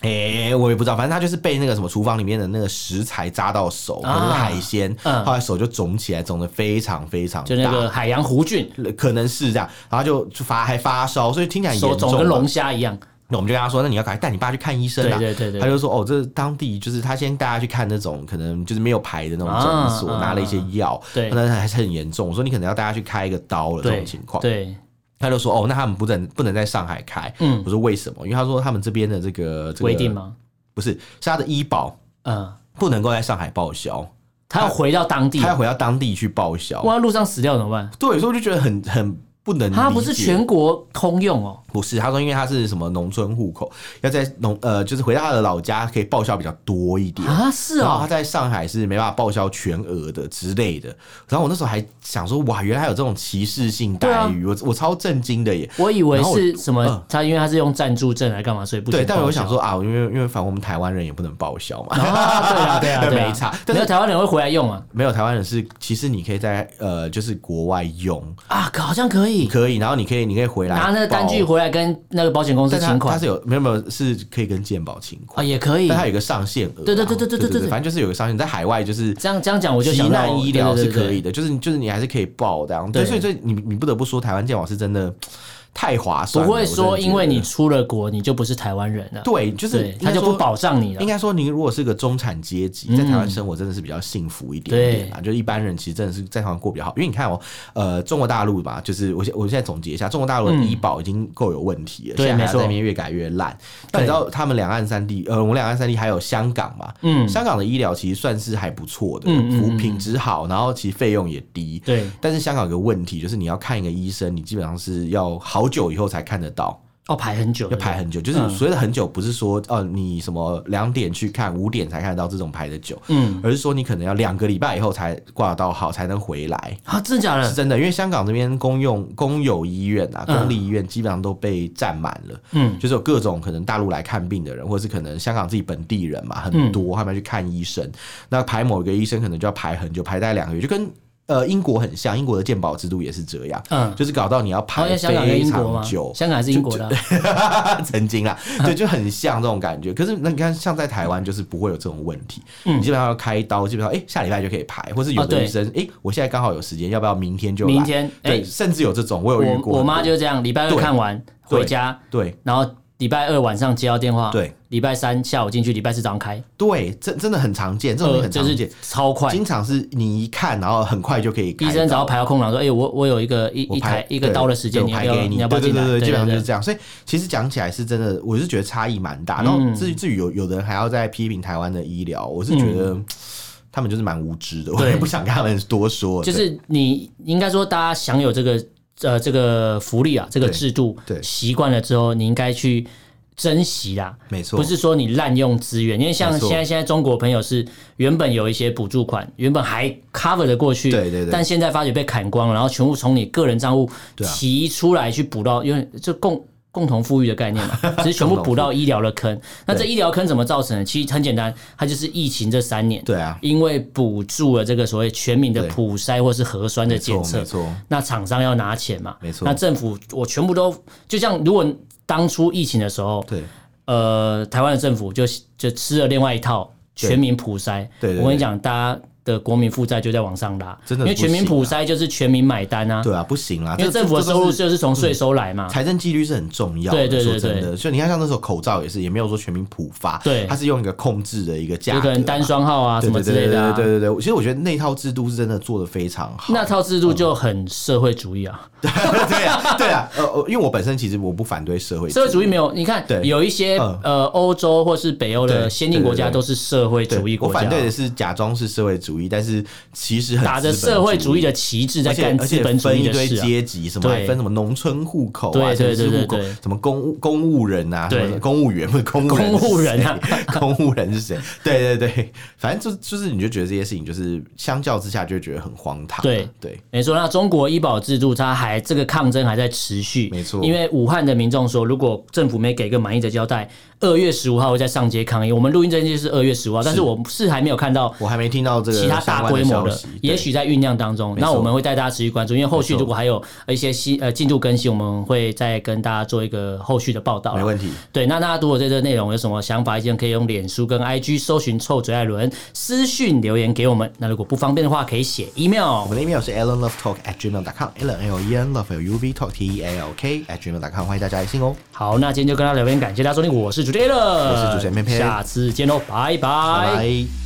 Speaker 1: 诶、我也不知道，反正他就是被那个什么厨房里面的那个食材扎到手，可
Speaker 2: 啊
Speaker 1: 能是海鲜，
Speaker 2: 嗯
Speaker 1: 后来手就肿起来，肿得非常非常
Speaker 2: 就那个
Speaker 1: 大。
Speaker 2: 海洋弧菌，
Speaker 1: 可能是这样，然后就就发还发烧，所以听起来很
Speaker 2: 手
Speaker 1: 严
Speaker 2: 肿
Speaker 1: 重
Speaker 2: 跟
Speaker 1: 嘛。
Speaker 2: 龙虾一样。
Speaker 1: 那我们就跟他说，那你要赶快带你爸去看医生
Speaker 2: 对
Speaker 1: 啊。
Speaker 2: 对对对
Speaker 1: 他。就说哦，这当地就是他先带他去看那种可能就是没有牌的那种诊所，
Speaker 2: 啊
Speaker 1: 拿了一些药，
Speaker 2: 对
Speaker 1: 但是还是很严重。我说你可能要带他去开一个刀了这
Speaker 2: 对
Speaker 1: 种情况。
Speaker 2: 对，
Speaker 1: 他就说哦，那他们不能不能在上海开。
Speaker 2: 嗯
Speaker 1: 我说为什么？因为他说他们这边的这个这个
Speaker 2: 规定？吗？
Speaker 1: 不是，是他的医保
Speaker 2: 嗯，
Speaker 1: 不能够在上海报销，
Speaker 2: 他要回到当地
Speaker 1: 他，要回到当地去报销。
Speaker 2: 万一路上死掉怎么办？
Speaker 1: 对，所以我就觉得很很不能理解。
Speaker 2: 啊他不是全国通用哦，
Speaker 1: 不是，他说因为他是什么农村户口，要在农呃就是回到他的老家可以报销比较多一点。
Speaker 2: 啊是
Speaker 1: 然后他
Speaker 2: 哦，
Speaker 1: 在上海是没办法报销全额的之类的，然后我那时候还想说，哇，原来还有这种歧视性
Speaker 2: 啊
Speaker 1: 待遇，我我超震惊的耶。
Speaker 2: 我以为
Speaker 1: 然后我
Speaker 2: 是什么
Speaker 1: 嗯，
Speaker 2: 他因为他是用暂住证来干嘛，所以不行
Speaker 1: 对，但
Speaker 2: 报
Speaker 1: 我
Speaker 2: 销
Speaker 1: 想说啊，因为因为反正我们台湾人也不能报销 *laughs* 嘛，
Speaker 2: 啊，对啊，对啊，对啊，
Speaker 1: 没差但
Speaker 2: 没
Speaker 1: 是
Speaker 2: 有台湾人会回来用啊。
Speaker 1: 没有台湾人是，其实你可以在呃，就是国外用，
Speaker 2: 啊，可好像可以
Speaker 1: 可以，然后你可以你可以回来
Speaker 2: 拿那个单据
Speaker 1: 报，
Speaker 2: 回来跟那个保险公司
Speaker 1: 但
Speaker 2: 请
Speaker 1: 它它
Speaker 2: 款
Speaker 1: 是有没有没有是可以跟健保请款，
Speaker 2: 啊，也可以
Speaker 1: 但。它有一个上限额啊，
Speaker 2: 对对对对对对
Speaker 1: 对
Speaker 2: 对
Speaker 1: 反正就是有个上限，在海外就是
Speaker 2: 这样这样讲，我就
Speaker 1: 急
Speaker 2: 想到
Speaker 1: 难医疗是可以
Speaker 2: 的。
Speaker 1: 的，就是就是你还是可以报这样。
Speaker 2: 对
Speaker 1: 对，所以所以你你不得不说，台湾健保是真的太划
Speaker 2: 不
Speaker 1: 算了。
Speaker 2: 会
Speaker 1: 我
Speaker 2: 说
Speaker 1: 真的觉得
Speaker 2: 因为你出了国，你就不是台湾人了，
Speaker 1: 对，就是
Speaker 2: 对，他就不。保障你了嗯
Speaker 1: 应。该说，您如果是个中产阶级，在台湾生活真的是比较幸福一点点啊。就一般人其实真的是在台湾过比较好，因为你看哦，呃，中国大陆吧，就是我现我现在总结一下，中国大陆的医保已经够有问题了，
Speaker 2: 嗯对
Speaker 1: 现在
Speaker 2: 没
Speaker 1: 还
Speaker 2: 错
Speaker 1: 在那边越改越烂。但你知道他们两岸三地，呃，我们两岸三地还有香港嘛，
Speaker 2: 嗯
Speaker 1: 香港的医疗其实算是还不错的，
Speaker 2: 嗯嗯
Speaker 1: 服
Speaker 2: 嗯
Speaker 1: 品质好，然后其实费用也低。
Speaker 2: 对
Speaker 1: 但是香港有个问题，就是你要看一个医生，你基本上是要好久以后才看得到。
Speaker 2: 要排很久，
Speaker 1: 要排很久，就是
Speaker 2: 嗯
Speaker 1: 所谓的很久，不是说哦、呃你什么两点去看，五点才看得到这种排的久，
Speaker 2: 嗯
Speaker 1: 而是说你可能要两个礼拜以后才挂到号才能回来。
Speaker 2: 啊，真的假
Speaker 1: 是
Speaker 2: 的？
Speaker 1: 真的，因为香港这边公用公有医院啊，
Speaker 2: 嗯
Speaker 1: 公立医院基本上都被占满了，
Speaker 2: 嗯
Speaker 1: 就是有各种可能大陆来看病的人，或者是可能香港自己本地人嘛，
Speaker 2: 嗯
Speaker 1: 很多、他们要去看医生，那排某一个医生可能就要排很久，排大概两个月，就跟呃英国很像，英国的健保制度也是这样，
Speaker 2: 嗯，
Speaker 1: 就是搞到你要
Speaker 2: 好
Speaker 1: 排
Speaker 2: 像香港跟
Speaker 1: 非
Speaker 2: 英国
Speaker 1: 常
Speaker 2: 吗？
Speaker 1: 久， *laughs*
Speaker 2: 香港还是英国的啊？
Speaker 1: 曾经啦，对，就很像这种感觉。可是那你看，像在台湾就是不会有这种问题，
Speaker 2: 嗯
Speaker 1: 你基本上要开刀，基本上哎、诶下礼拜就可以排，或是有
Speaker 2: 哦对
Speaker 1: 的医生哎、诶我现在刚好有时间，要不要明天就来？
Speaker 2: 明天哎
Speaker 1: 对，，甚至有这种我有遇过
Speaker 2: 我我妈
Speaker 1: 很多
Speaker 2: 就这样，礼拜二
Speaker 1: 对
Speaker 2: 看完
Speaker 1: 对
Speaker 2: 回家，
Speaker 1: 对
Speaker 2: 然后礼拜二晚上接到电话，
Speaker 1: 对，
Speaker 2: 礼拜三下午进去，礼拜四早上开，
Speaker 1: 对，真真的很常见，这种东西
Speaker 2: 呃
Speaker 1: 很
Speaker 2: 就
Speaker 1: 常
Speaker 2: 是
Speaker 1: 见，
Speaker 2: 超快。
Speaker 1: 经常是你一看，然后很快就可以开
Speaker 2: 医
Speaker 1: 刀。
Speaker 2: 生只要排到空档说：“哎、我我有一个一
Speaker 1: 我
Speaker 2: 一
Speaker 1: 排
Speaker 2: 台一个
Speaker 1: 对
Speaker 2: 刀的时间，
Speaker 1: 对
Speaker 2: 你
Speaker 1: 我
Speaker 2: 要
Speaker 1: 排
Speaker 2: 不要
Speaker 1: 给
Speaker 2: 你要不
Speaker 1: 对对
Speaker 2: 要进来？”
Speaker 1: 对对，基本上就是
Speaker 2: 对
Speaker 1: 这样。所以其实讲起来是真的，我是觉得差异蛮大。然后
Speaker 2: 嗯
Speaker 1: 至于至于有有的人还要再批评台湾的医疗，我是觉得。他们就是蛮无知的，我
Speaker 2: 嗯对
Speaker 1: 也不想跟他们多说。
Speaker 2: 就
Speaker 1: 对
Speaker 2: 是你应该说，大家享有这个呃这个福利啊，这个
Speaker 1: 对
Speaker 2: 制度，
Speaker 1: 对
Speaker 2: 习惯了之后，你应该去珍惜啦。
Speaker 1: 没错，
Speaker 2: 不是说你滥用资源，因为像
Speaker 1: 没
Speaker 2: 现
Speaker 1: 错
Speaker 2: 在现在中国朋友是原本有一些补助款，原本还 cover 的过去，
Speaker 1: 对对对
Speaker 2: 但现在发觉被砍光了，然后全部从你个人账户
Speaker 1: 对啊
Speaker 2: 提出来去补到，因为这共共同富裕的概念
Speaker 1: *laughs*
Speaker 2: 嘛，只是全部补到医疗的坑。那这医疗坑怎么造成的？其实很简单，它就是疫情这三年，
Speaker 1: 对啊，
Speaker 2: 因为补助了这个所谓全民的
Speaker 1: 对
Speaker 2: 普筛或是核酸的
Speaker 1: 没
Speaker 2: 检
Speaker 1: 错
Speaker 2: 测
Speaker 1: 没，错，
Speaker 2: 那厂商要拿钱嘛，
Speaker 1: 没错
Speaker 2: 那政府我全部都就像如果当初疫情的时候，
Speaker 1: 对
Speaker 2: 呃，台湾的政府就就吃了另外一套
Speaker 1: 对
Speaker 2: 全民普筛。
Speaker 1: 对对对
Speaker 2: 我跟你讲，大家的国民负债就在往上拉，
Speaker 1: 真的
Speaker 2: 因为全民
Speaker 1: 不行
Speaker 2: 普
Speaker 1: 啊
Speaker 2: 筛就是全民买单啊，
Speaker 1: 对啊，不行啦，
Speaker 2: 因为
Speaker 1: 这
Speaker 2: 政府的
Speaker 1: 这这
Speaker 2: 收
Speaker 1: 都
Speaker 2: 入
Speaker 1: 是嗯
Speaker 2: 就是从税收来嘛。
Speaker 1: 财政纪律是很重要的。
Speaker 2: 对对
Speaker 1: 说
Speaker 2: 对
Speaker 1: 真的，所以你看像那时候口罩也是，也没有说全民普发，
Speaker 2: 对
Speaker 1: 它是用一个控制的一个价
Speaker 2: 有
Speaker 1: 格嘛，
Speaker 2: 可能单双号啊什
Speaker 1: 对
Speaker 2: 么
Speaker 1: 对
Speaker 2: 之
Speaker 1: 对
Speaker 2: 类
Speaker 1: 对对
Speaker 2: 的啊。
Speaker 1: 对对对，其实我觉得那套制度是真的做的非常好。
Speaker 2: 那套制度就很社会主义啊，
Speaker 1: 对啊，对啊，呃，呃因为我本身其实我不反对社会主
Speaker 2: 社
Speaker 1: 义，
Speaker 2: 会主义没有，你看
Speaker 1: 嗯对
Speaker 2: 有一些
Speaker 1: 嗯
Speaker 2: 呃欧洲或是北欧的
Speaker 1: 对
Speaker 2: 先进国家
Speaker 1: 对对对
Speaker 2: 都是社会
Speaker 1: 对
Speaker 2: 主义
Speaker 1: 我
Speaker 2: 国家
Speaker 1: 反，对的是假装是社会主义，但是其实很
Speaker 2: 打着
Speaker 1: 资本
Speaker 2: 社会主
Speaker 1: 主
Speaker 2: 义。的旗帜在
Speaker 1: 而且
Speaker 2: 干
Speaker 1: 而
Speaker 2: 资
Speaker 1: 且
Speaker 2: 本主
Speaker 1: 分
Speaker 2: 义
Speaker 1: 一
Speaker 2: 的
Speaker 1: 堆
Speaker 2: 事啊。
Speaker 1: 阶级，什么
Speaker 2: 对
Speaker 1: 还分什么农村户口啊，
Speaker 2: 对
Speaker 1: 城
Speaker 2: 对
Speaker 1: 市
Speaker 2: 对
Speaker 1: 户口
Speaker 2: 对对，
Speaker 1: 什么公务公务人啊，
Speaker 2: 对
Speaker 1: 什么公务员不是公务人是谁，
Speaker 2: 公务人啊
Speaker 1: 公务人是谁？对对对，反正就就是你就觉得这些事情就是相较之下就会觉得很荒唐啊，
Speaker 2: 对
Speaker 1: 对
Speaker 2: 没错，那中国医保制度它还这个抗争还在持续，
Speaker 1: 没错
Speaker 2: 因为武汉的民众说，如果政府没给一个满意的交代，二月十五号会在上街抗议。我们录音这件事是二月十五号，但是我是还没有看到
Speaker 1: 我还没听到这个
Speaker 2: 其他
Speaker 1: 相
Speaker 2: 大
Speaker 1: 关
Speaker 2: 规模
Speaker 1: 消
Speaker 2: 的
Speaker 1: 息，
Speaker 2: 也
Speaker 1: 对
Speaker 2: 许在酝酿当中。
Speaker 1: 没错
Speaker 2: 那我们会带大家持续关注，因为后续
Speaker 1: 没错
Speaker 2: 如果还有一些新呃进度更新，我们会再跟大家做一个后续的报道
Speaker 1: 没
Speaker 2: 啦。
Speaker 1: 问题。
Speaker 2: 对，那大家如果对这个内容有什么想法、意见，可以用脸书跟 IG 搜寻“臭嘴艾伦”私讯留言给我们。那如果不方便的话，可以写 email
Speaker 1: 我。们的 email 是 allenlovetalk at gmail.com，allen l e n love l u v talk t e a l k at gmail.com，欢迎大家来信哦。
Speaker 2: 好，那今天就跟大家聊天，感谢大家收听，我是主持人，我
Speaker 1: 我是主持人偏偏
Speaker 2: 下次见喽，拜
Speaker 1: 拜拜。